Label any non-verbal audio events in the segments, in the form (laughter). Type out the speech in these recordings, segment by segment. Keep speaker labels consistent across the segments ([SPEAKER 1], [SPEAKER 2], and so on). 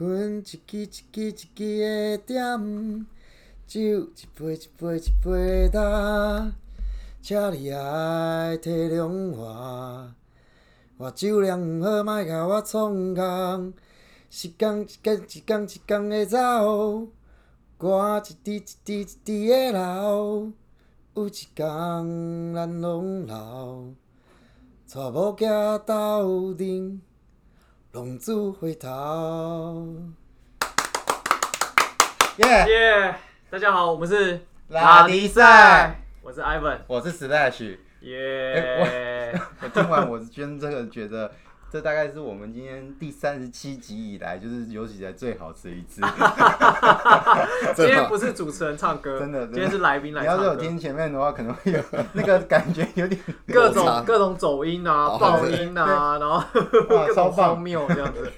[SPEAKER 1] 烟一支一支一支的点，酒一杯一杯一杯的干，请你爱体谅我，我酒量毋好，莫甲我创空。时间一天一天一天的走，汗一滴一滴一滴的流，有一天咱拢老，娶某囝斗阵，浪子回头。
[SPEAKER 2] 耶！
[SPEAKER 3] 耶！大家好，我们是
[SPEAKER 2] 拉迪赛，
[SPEAKER 3] 我是 Ivan，
[SPEAKER 2] 我是 Slash。
[SPEAKER 3] 耶！
[SPEAKER 2] 哎
[SPEAKER 3] (laughs)
[SPEAKER 2] 我听完，我真真的觉得，这大概是我们今天第三十七集以来，就是有史以来最好吃的一次。
[SPEAKER 3] 今天不是主持人唱歌，
[SPEAKER 2] 真的真的
[SPEAKER 3] 今天是来宾
[SPEAKER 2] 你
[SPEAKER 3] 来
[SPEAKER 2] 要
[SPEAKER 3] 唱
[SPEAKER 2] 是有
[SPEAKER 3] 歌，
[SPEAKER 2] 听前面的话，可能会有 (laughs) 那个感觉有 (laughs) 点
[SPEAKER 3] 各
[SPEAKER 1] 我
[SPEAKER 3] 种
[SPEAKER 1] 唱
[SPEAKER 3] 各种走音啊、
[SPEAKER 1] 哦
[SPEAKER 3] 爆音啊，然后 (laughs) 各
[SPEAKER 2] 超
[SPEAKER 3] 种
[SPEAKER 2] 棒
[SPEAKER 3] 荒谬这样
[SPEAKER 2] (laughs)
[SPEAKER 3] 子。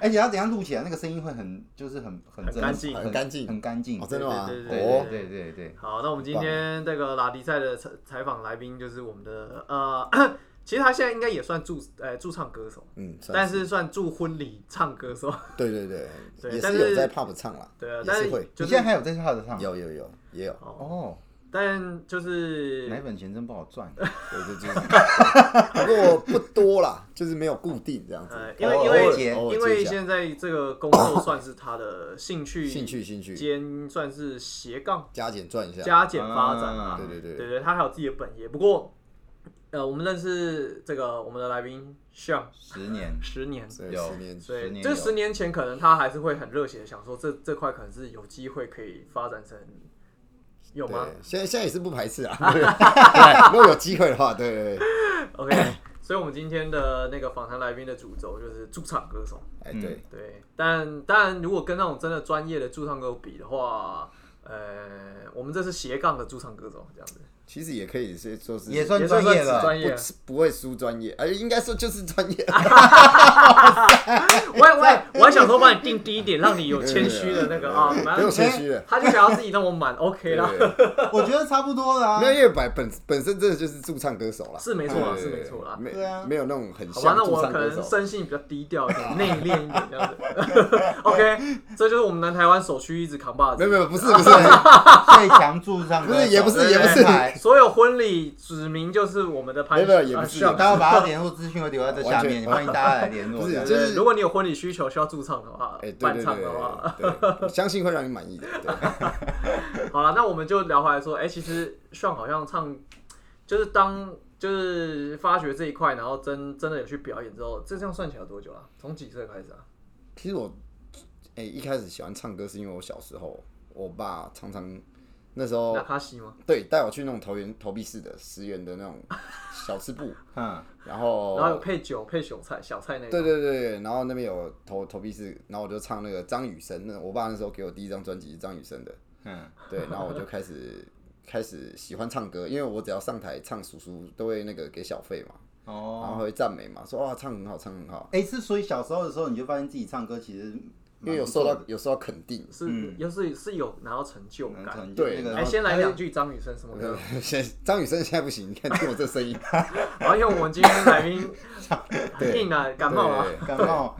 [SPEAKER 2] 而哎且要怎样录起来，那个声音会很就是很很
[SPEAKER 3] 很干净
[SPEAKER 2] 真的
[SPEAKER 1] 很干净
[SPEAKER 2] 很干净
[SPEAKER 1] 哦，。真的吗？
[SPEAKER 3] 对对
[SPEAKER 2] 对
[SPEAKER 1] 哦，
[SPEAKER 2] 对对对对，
[SPEAKER 3] 好，那我们今天这个拉迪赛的采采访来宾就是我们的呃， (coughs) 其实他现在应该也算驻呃驻唱歌手，
[SPEAKER 1] 嗯，算
[SPEAKER 3] 但是算驻婚礼唱歌手，
[SPEAKER 1] 对对对，
[SPEAKER 3] 对
[SPEAKER 1] 也
[SPEAKER 3] 但
[SPEAKER 1] 是
[SPEAKER 3] 是
[SPEAKER 1] 有在 pub 唱啦，
[SPEAKER 3] 对啊，
[SPEAKER 1] 也
[SPEAKER 3] 但
[SPEAKER 1] 是
[SPEAKER 3] 是
[SPEAKER 1] 会，
[SPEAKER 3] 就
[SPEAKER 2] 你
[SPEAKER 3] 是
[SPEAKER 2] 现在还有在号子上？
[SPEAKER 1] 有有有也有，
[SPEAKER 3] 哦，
[SPEAKER 2] 哦，
[SPEAKER 3] 但就是
[SPEAKER 2] 奶粉钱真不好赚。
[SPEAKER 1] 对对对， (laughs) 不过不多啦，就是没有固定这样子
[SPEAKER 3] 呃，，
[SPEAKER 1] 偶
[SPEAKER 3] 因为
[SPEAKER 1] 尔
[SPEAKER 3] 因
[SPEAKER 1] 偶尔偶尔
[SPEAKER 3] 为因
[SPEAKER 1] 接
[SPEAKER 3] 为
[SPEAKER 1] 一下
[SPEAKER 3] 现在这个工作算是他的兴趣
[SPEAKER 1] 兴趣兴趣
[SPEAKER 3] 兼算是斜杠
[SPEAKER 1] 加减赚一下，
[SPEAKER 3] 加减发展啊
[SPEAKER 2] 啊，
[SPEAKER 1] 对对对
[SPEAKER 3] 对对，他还有自己的本业。不过，呃，我们认识这个我们的来宾像
[SPEAKER 2] 十年，
[SPEAKER 3] 十年，
[SPEAKER 1] 所以
[SPEAKER 2] 有
[SPEAKER 1] 十年
[SPEAKER 3] 所
[SPEAKER 2] 十
[SPEAKER 3] 以
[SPEAKER 2] 年
[SPEAKER 3] 这
[SPEAKER 2] 有
[SPEAKER 3] 十年前可能他还是会很热血的想说这这块可能是有机会可以发展成有吗
[SPEAKER 1] 对，现在现在也是不排斥啊，
[SPEAKER 3] (laughs)
[SPEAKER 1] 对对 (laughs) 如果有机会的话，对对对， (laughs)
[SPEAKER 3] ？OK，所以我们今天的那个访谈来宾的主轴就是驻唱歌手。
[SPEAKER 1] 哎
[SPEAKER 2] 嗯
[SPEAKER 1] 对，
[SPEAKER 3] 对，但当然，如果跟那种真的专业的驻唱歌手比的话，呃，我们这是斜杠的驻唱歌手这样子，
[SPEAKER 1] 其实也可以是说是
[SPEAKER 2] 也算
[SPEAKER 3] 也
[SPEAKER 2] 专业
[SPEAKER 3] 是
[SPEAKER 2] 了。
[SPEAKER 3] 专业啊
[SPEAKER 1] 不。是不会输专业，哎，应该说就是专业，
[SPEAKER 3] 我也我也我还想说帮你定低一点，让你有谦虚的那个
[SPEAKER 1] (laughs)
[SPEAKER 3] 啊，反
[SPEAKER 1] 不用
[SPEAKER 3] 正
[SPEAKER 1] 谦虚了，
[SPEAKER 3] 他就想要自己弄我满 OK
[SPEAKER 1] 对
[SPEAKER 3] 啦，
[SPEAKER 1] 对对
[SPEAKER 2] (laughs) 我觉得差不多了啊
[SPEAKER 1] 没。有因为本本本身真的就是驻唱歌手啦，
[SPEAKER 3] 是没错啦，
[SPEAKER 1] 对
[SPEAKER 3] 是
[SPEAKER 1] 对
[SPEAKER 3] 没
[SPEAKER 1] 对
[SPEAKER 3] 错啦。
[SPEAKER 1] 没
[SPEAKER 2] 对啊
[SPEAKER 1] 没有那种很
[SPEAKER 3] 好吧
[SPEAKER 1] 像，
[SPEAKER 3] 那
[SPEAKER 1] 驻
[SPEAKER 3] 我
[SPEAKER 1] 唱
[SPEAKER 3] 可
[SPEAKER 1] 歌
[SPEAKER 3] 能
[SPEAKER 1] 手，
[SPEAKER 3] 生性比较低调一点，内敛一点这样子。OK，这就是我们南台湾首屈一指扛把
[SPEAKER 1] 没有没
[SPEAKER 3] 子。
[SPEAKER 1] 有不是不
[SPEAKER 3] (laughs)
[SPEAKER 1] 是，
[SPEAKER 2] 最强助上歌
[SPEAKER 1] 不
[SPEAKER 2] 手
[SPEAKER 1] 是也不是
[SPEAKER 2] 对
[SPEAKER 1] 也不是
[SPEAKER 2] 对对
[SPEAKER 3] (laughs) 所有婚礼指名就是我们的潘，
[SPEAKER 1] 没有没有也
[SPEAKER 3] 啊
[SPEAKER 1] 不是
[SPEAKER 3] 需要
[SPEAKER 2] 大家把他联络资讯会留在这下
[SPEAKER 1] 完
[SPEAKER 2] 面，
[SPEAKER 1] 全
[SPEAKER 2] 欢迎大家来联络。
[SPEAKER 1] 不是
[SPEAKER 2] 这样
[SPEAKER 1] 就
[SPEAKER 3] 就是是如果你有婚礼需求需要驻唱的话
[SPEAKER 1] 哎，对
[SPEAKER 3] 伴
[SPEAKER 1] 对对
[SPEAKER 3] 唱的话，
[SPEAKER 1] 对对，我相信会让你满意的，对。
[SPEAKER 3] 好了，那我们就聊回来说，哎、其实炫好像唱，就是当就是发掘这一块，然后真真的有去表演之后，这这样算起来多久啊？从几岁开始啊？
[SPEAKER 1] 其实我，哎、一开始喜欢唱歌是因为我小时候，我爸常常那时候
[SPEAKER 3] 那卡西吗？
[SPEAKER 1] 对带我去那种桃园投币式的十元的那种小吃
[SPEAKER 3] (laughs)
[SPEAKER 1] 部，
[SPEAKER 2] 嗯，
[SPEAKER 1] 然
[SPEAKER 3] 然后有
[SPEAKER 1] 后
[SPEAKER 3] 配酒、配小菜、小菜那
[SPEAKER 1] 哦对
[SPEAKER 3] 种。
[SPEAKER 1] 对对，对然后那边有投投币式，然后我就唱那个张雨生，那我爸那时候给我第一张专辑是张雨生的，
[SPEAKER 2] 嗯，
[SPEAKER 1] 对，然后我就开始开始喜欢唱歌，因为我只要上台唱，叔叔都会那个给小费嘛，然后
[SPEAKER 2] 哦，
[SPEAKER 1] 会赞美嘛，说哇唱很好，唱很好，
[SPEAKER 2] 哎，是所以小时候的时候你就发现自己唱歌其实
[SPEAKER 1] 因为有受到有受到肯定，
[SPEAKER 3] 是，又是是有拿到成就
[SPEAKER 2] 蛮不
[SPEAKER 3] 感。
[SPEAKER 2] 错的成就
[SPEAKER 1] 对
[SPEAKER 2] 嗯那个
[SPEAKER 1] 嗯然
[SPEAKER 3] 哎、
[SPEAKER 1] 后哎
[SPEAKER 3] 先来两句张雨生什么歌？
[SPEAKER 1] 现在张雨生现在不行，你看听我这声音。
[SPEAKER 3] 然后因为我们今天
[SPEAKER 1] (laughs)
[SPEAKER 3] 来宾很硬啊， (laughs) 感冒啊，
[SPEAKER 1] 对
[SPEAKER 2] 感
[SPEAKER 1] (laughs)
[SPEAKER 2] 冒，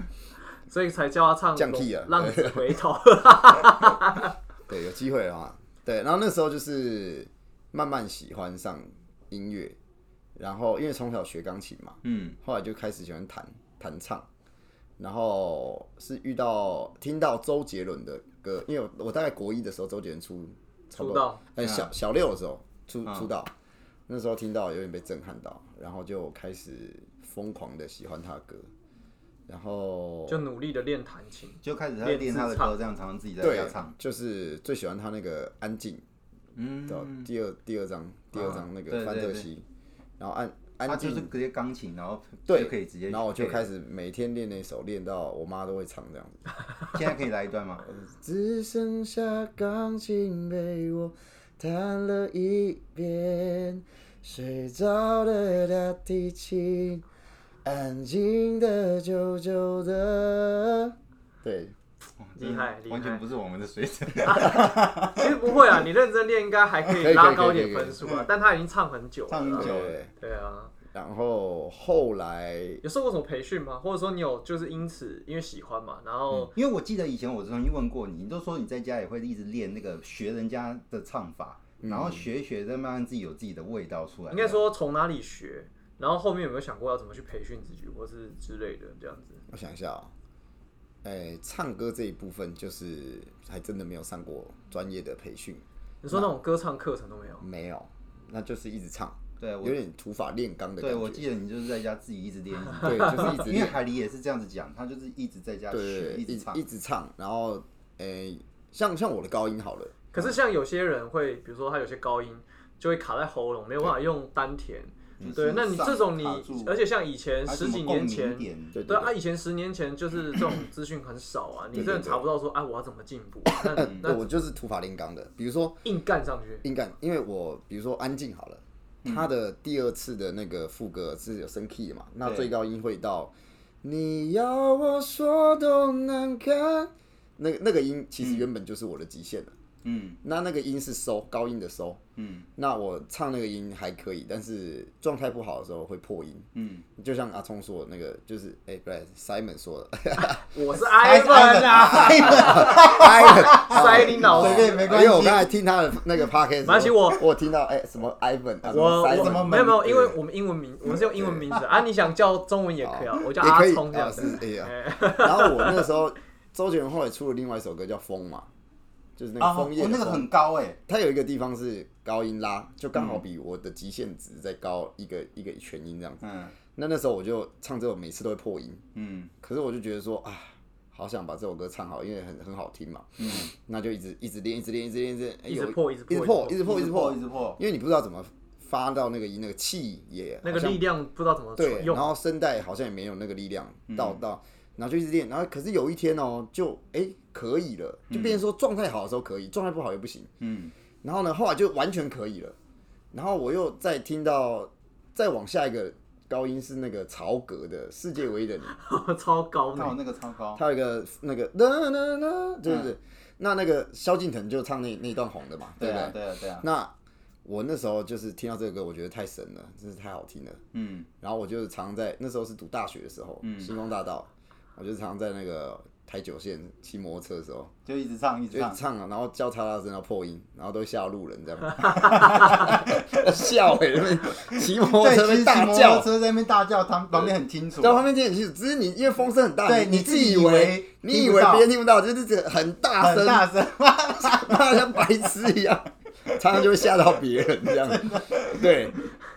[SPEAKER 3] 所以才叫他唱
[SPEAKER 1] 降
[SPEAKER 3] 龙
[SPEAKER 1] key 啊
[SPEAKER 3] 浪子回头》。
[SPEAKER 1] 对，有机会的话，对。然后那时候就是慢慢喜欢上音乐，然后因为从小学钢琴嘛，
[SPEAKER 2] 嗯，
[SPEAKER 1] 后来就开始喜欢弹弹唱，然后是遇到听到周杰伦的歌，因为我我大概国一的时候，周杰伦出 (laughs) 差不
[SPEAKER 3] 出
[SPEAKER 1] 多
[SPEAKER 3] 道，
[SPEAKER 1] 呃、
[SPEAKER 2] 嗯
[SPEAKER 1] 小小六的时候出
[SPEAKER 2] 嗯
[SPEAKER 1] 出道，那时候听到有点被震撼到，然后就开始疯狂的喜欢他的歌，然后
[SPEAKER 3] 就努力的练弹琴。
[SPEAKER 2] 就开始在练他的歌，这样常常自己在
[SPEAKER 1] 对
[SPEAKER 2] 家唱，，
[SPEAKER 1] 就是最喜欢他那个安静。
[SPEAKER 2] 嗯，啊
[SPEAKER 1] 对，第二第二章，第二章那个
[SPEAKER 2] 对
[SPEAKER 1] 范
[SPEAKER 2] 对
[SPEAKER 1] 特
[SPEAKER 2] 对
[SPEAKER 1] 西，然后按
[SPEAKER 2] 他
[SPEAKER 1] 安
[SPEAKER 2] 就是
[SPEAKER 1] 静，
[SPEAKER 2] 直接钢琴，然后
[SPEAKER 1] 对
[SPEAKER 2] 就可以直接，
[SPEAKER 1] 然后我就开
[SPEAKER 2] 始，
[SPEAKER 1] 始每天练那首，练到我妈都会唱这样子。
[SPEAKER 2] 现在可以来一
[SPEAKER 1] (laughs)
[SPEAKER 2] 段吗？
[SPEAKER 1] 只剩下钢琴被我弹了一遍，睡着的大提琴，安静的久久的。对，
[SPEAKER 2] 哇
[SPEAKER 3] 厉害厉害
[SPEAKER 2] 完全不是我们的水准。 (laughs)
[SPEAKER 3] 其实不会啊，你认真练应该还可
[SPEAKER 1] 可以可以
[SPEAKER 3] 以拉高一
[SPEAKER 1] 可
[SPEAKER 3] 点
[SPEAKER 1] 以可以
[SPEAKER 3] 分数啊。但他已经唱很久了啊，
[SPEAKER 2] 唱很久
[SPEAKER 1] 对
[SPEAKER 3] 对啊，
[SPEAKER 2] 然后后来，
[SPEAKER 3] 有受过什么培训吗？或者说你有就是因此因为喜欢嘛，然后
[SPEAKER 2] 因为我记得以前我曾经问过你，你都说你在家也会一直练那个学人家的唱法，然
[SPEAKER 1] 嗯
[SPEAKER 2] 后学一学，再慢慢自己有自己的味道出来。
[SPEAKER 3] 应该说从哪里学，然后后面有没有想过要怎么去培训自己，或是之类的这样子？
[SPEAKER 1] 我想一下哦，哎、唱歌这一部分就是还真的没有上过专业的培训，
[SPEAKER 3] 你说那种歌唱课程都没有？
[SPEAKER 1] 没有，那就是一直唱，
[SPEAKER 2] 对我
[SPEAKER 1] 有点土法炼钢的感
[SPEAKER 2] 对，我
[SPEAKER 1] 觉，
[SPEAKER 2] 记得你就是在家自己一直
[SPEAKER 1] (laughs)
[SPEAKER 2] 练，一直
[SPEAKER 1] 对，就是一直
[SPEAKER 2] (laughs) 练因为
[SPEAKER 1] 练，
[SPEAKER 2] 海狸也是这样子讲，他就是一直在家
[SPEAKER 1] 对，
[SPEAKER 2] 学，
[SPEAKER 1] 一
[SPEAKER 2] 直唱
[SPEAKER 1] 一。直唱，然后哎、像像我的高音好了，
[SPEAKER 3] 可是像有些人会，比如说他有些高音就会卡在喉咙，没有办法用丹田。对，那你这种你
[SPEAKER 2] 卡住，
[SPEAKER 3] 而且像以前
[SPEAKER 2] 还有什
[SPEAKER 3] 十
[SPEAKER 2] 么
[SPEAKER 3] 几
[SPEAKER 2] 共
[SPEAKER 3] 年
[SPEAKER 2] 鸣
[SPEAKER 3] 前，
[SPEAKER 2] 点
[SPEAKER 1] 对
[SPEAKER 3] 对啊，以前十年前就是这种资讯很少啊，你
[SPEAKER 1] 对
[SPEAKER 3] 真的
[SPEAKER 1] 对对
[SPEAKER 3] 查不到说，哎，我要怎么进步？
[SPEAKER 2] 嗯
[SPEAKER 3] 那
[SPEAKER 1] 对，
[SPEAKER 3] 那
[SPEAKER 1] 呃我就是土法炼钢的，比如说
[SPEAKER 3] 硬干上去，
[SPEAKER 1] 音感，因为我比如说安静好了，
[SPEAKER 2] 嗯
[SPEAKER 1] 他的第二次的那个副歌是有升 key 的嘛，那
[SPEAKER 2] 对
[SPEAKER 1] 最高音会到你要我说多难堪，那个那个音其实原本就是我的极限了，
[SPEAKER 2] 嗯
[SPEAKER 1] 那那个音是收高音的收，
[SPEAKER 2] 嗯
[SPEAKER 1] 那我唱那个音还可以，但是状态不好的时候会破音，
[SPEAKER 2] 嗯，
[SPEAKER 1] 就像阿聪说的那个，就是哎、不对，Simon 说
[SPEAKER 2] (laughs)
[SPEAKER 1] 的，
[SPEAKER 3] 我是
[SPEAKER 2] 还是
[SPEAKER 3] Ivan 啊，
[SPEAKER 1] (laughs)
[SPEAKER 3] 塞你脑
[SPEAKER 2] 随
[SPEAKER 3] 子。
[SPEAKER 2] 便没关
[SPEAKER 1] 因为我
[SPEAKER 2] 系
[SPEAKER 1] 刚。才听他的那个 podcast，
[SPEAKER 3] 哦没关系我
[SPEAKER 1] 我有听到哎、什么 Ivan，啊、
[SPEAKER 3] 我
[SPEAKER 1] 什么
[SPEAKER 3] 我
[SPEAKER 1] Simon
[SPEAKER 3] 没有没有，
[SPEAKER 1] 对
[SPEAKER 3] 因为我们英文名，我们是用英文名字啊。你想叫中文也可以 (laughs) 啊，我叫
[SPEAKER 1] 也
[SPEAKER 3] 阿
[SPEAKER 1] 可以
[SPEAKER 3] 聪这样
[SPEAKER 1] 啊
[SPEAKER 3] 子。
[SPEAKER 1] 是哎呀
[SPEAKER 3] (laughs) 哎
[SPEAKER 1] 然后我那个时候，周杰伦后来出了另外一首歌叫《风》嘛，就是那
[SPEAKER 2] 啊，
[SPEAKER 1] 个
[SPEAKER 2] 我
[SPEAKER 1] 枫叶的
[SPEAKER 2] 那个
[SPEAKER 1] 枫
[SPEAKER 2] 很高哎，
[SPEAKER 1] 它有一个地方是高音拉，就刚好比我的极限值再高一个一个全音这样子。
[SPEAKER 2] 嗯
[SPEAKER 1] 那那时候我就唱这首，每次都会破音，
[SPEAKER 2] 嗯
[SPEAKER 1] 可是我就觉得说啊，好想把这首歌唱好，因为很很好听嘛。
[SPEAKER 2] 嗯，
[SPEAKER 1] 那就一直一直练，一直练，一直练，一直练哎
[SPEAKER 3] 一直
[SPEAKER 1] 有
[SPEAKER 3] 破一直破
[SPEAKER 1] 一直
[SPEAKER 3] 一
[SPEAKER 1] 一直破，一直破
[SPEAKER 2] 一，直破，
[SPEAKER 1] 因为你不知道怎么发到那个音，那个气也
[SPEAKER 3] 那
[SPEAKER 1] 好
[SPEAKER 3] 个
[SPEAKER 1] 像
[SPEAKER 3] 力量不知道怎么
[SPEAKER 1] 对，然
[SPEAKER 3] 用，嗯
[SPEAKER 1] 后声带好像也没有那个力量到到，然后就一直练，然后可是有一天哦，就哎可以了，
[SPEAKER 3] 嗯
[SPEAKER 1] 就变成说状态好的时候可以，状态不好也不行。
[SPEAKER 2] 嗯
[SPEAKER 1] 然后呢，后来就完全可以了。然后我又再听到再往下一个高音是那个曹格的《世界唯一的你》，
[SPEAKER 3] (laughs) 超高
[SPEAKER 2] 看我
[SPEAKER 1] 哦
[SPEAKER 3] 呢。
[SPEAKER 2] 哦那个超高，
[SPEAKER 1] 他有一个那个啦啦啦，对
[SPEAKER 3] 嗯
[SPEAKER 1] 对对。那那个萧敬腾就唱那那一段红的嘛，对
[SPEAKER 2] 对
[SPEAKER 1] 不对？
[SPEAKER 2] 啊对啊对啊，
[SPEAKER 1] 那我那时候就是听到这个歌，我觉得太神了，真是太好听了。
[SPEAKER 2] 嗯
[SPEAKER 1] 然后我就常在那时候是读大学的时候，星光大道，我就常在那个台九线骑摩托车的时候，
[SPEAKER 2] 就一直唱一
[SPEAKER 1] 就
[SPEAKER 2] 直
[SPEAKER 1] 一
[SPEAKER 2] 唱
[SPEAKER 1] 直，唱啊，然后叫叉叉声要破音，然后都吓到路人这
[SPEAKER 2] (laughs)
[SPEAKER 1] 样，笑哎、欸，骑摩托车
[SPEAKER 2] 对，
[SPEAKER 1] 被大
[SPEAKER 2] 骑摩
[SPEAKER 1] 叫
[SPEAKER 2] 托，车在那边大叫，旁旁边很清楚
[SPEAKER 1] 在，旁边听很清楚，只是你因为风声很大，
[SPEAKER 2] 对
[SPEAKER 1] 你
[SPEAKER 2] 你
[SPEAKER 1] 自
[SPEAKER 2] 自己
[SPEAKER 1] 己
[SPEAKER 2] 以为
[SPEAKER 1] 为你以为
[SPEAKER 2] 听不到
[SPEAKER 1] 别人听不到，就是很大
[SPEAKER 2] 很
[SPEAKER 1] 声，
[SPEAKER 2] 大声，
[SPEAKER 1] (laughs) 骂像白痴一样，常常就会吓到别人这样，对，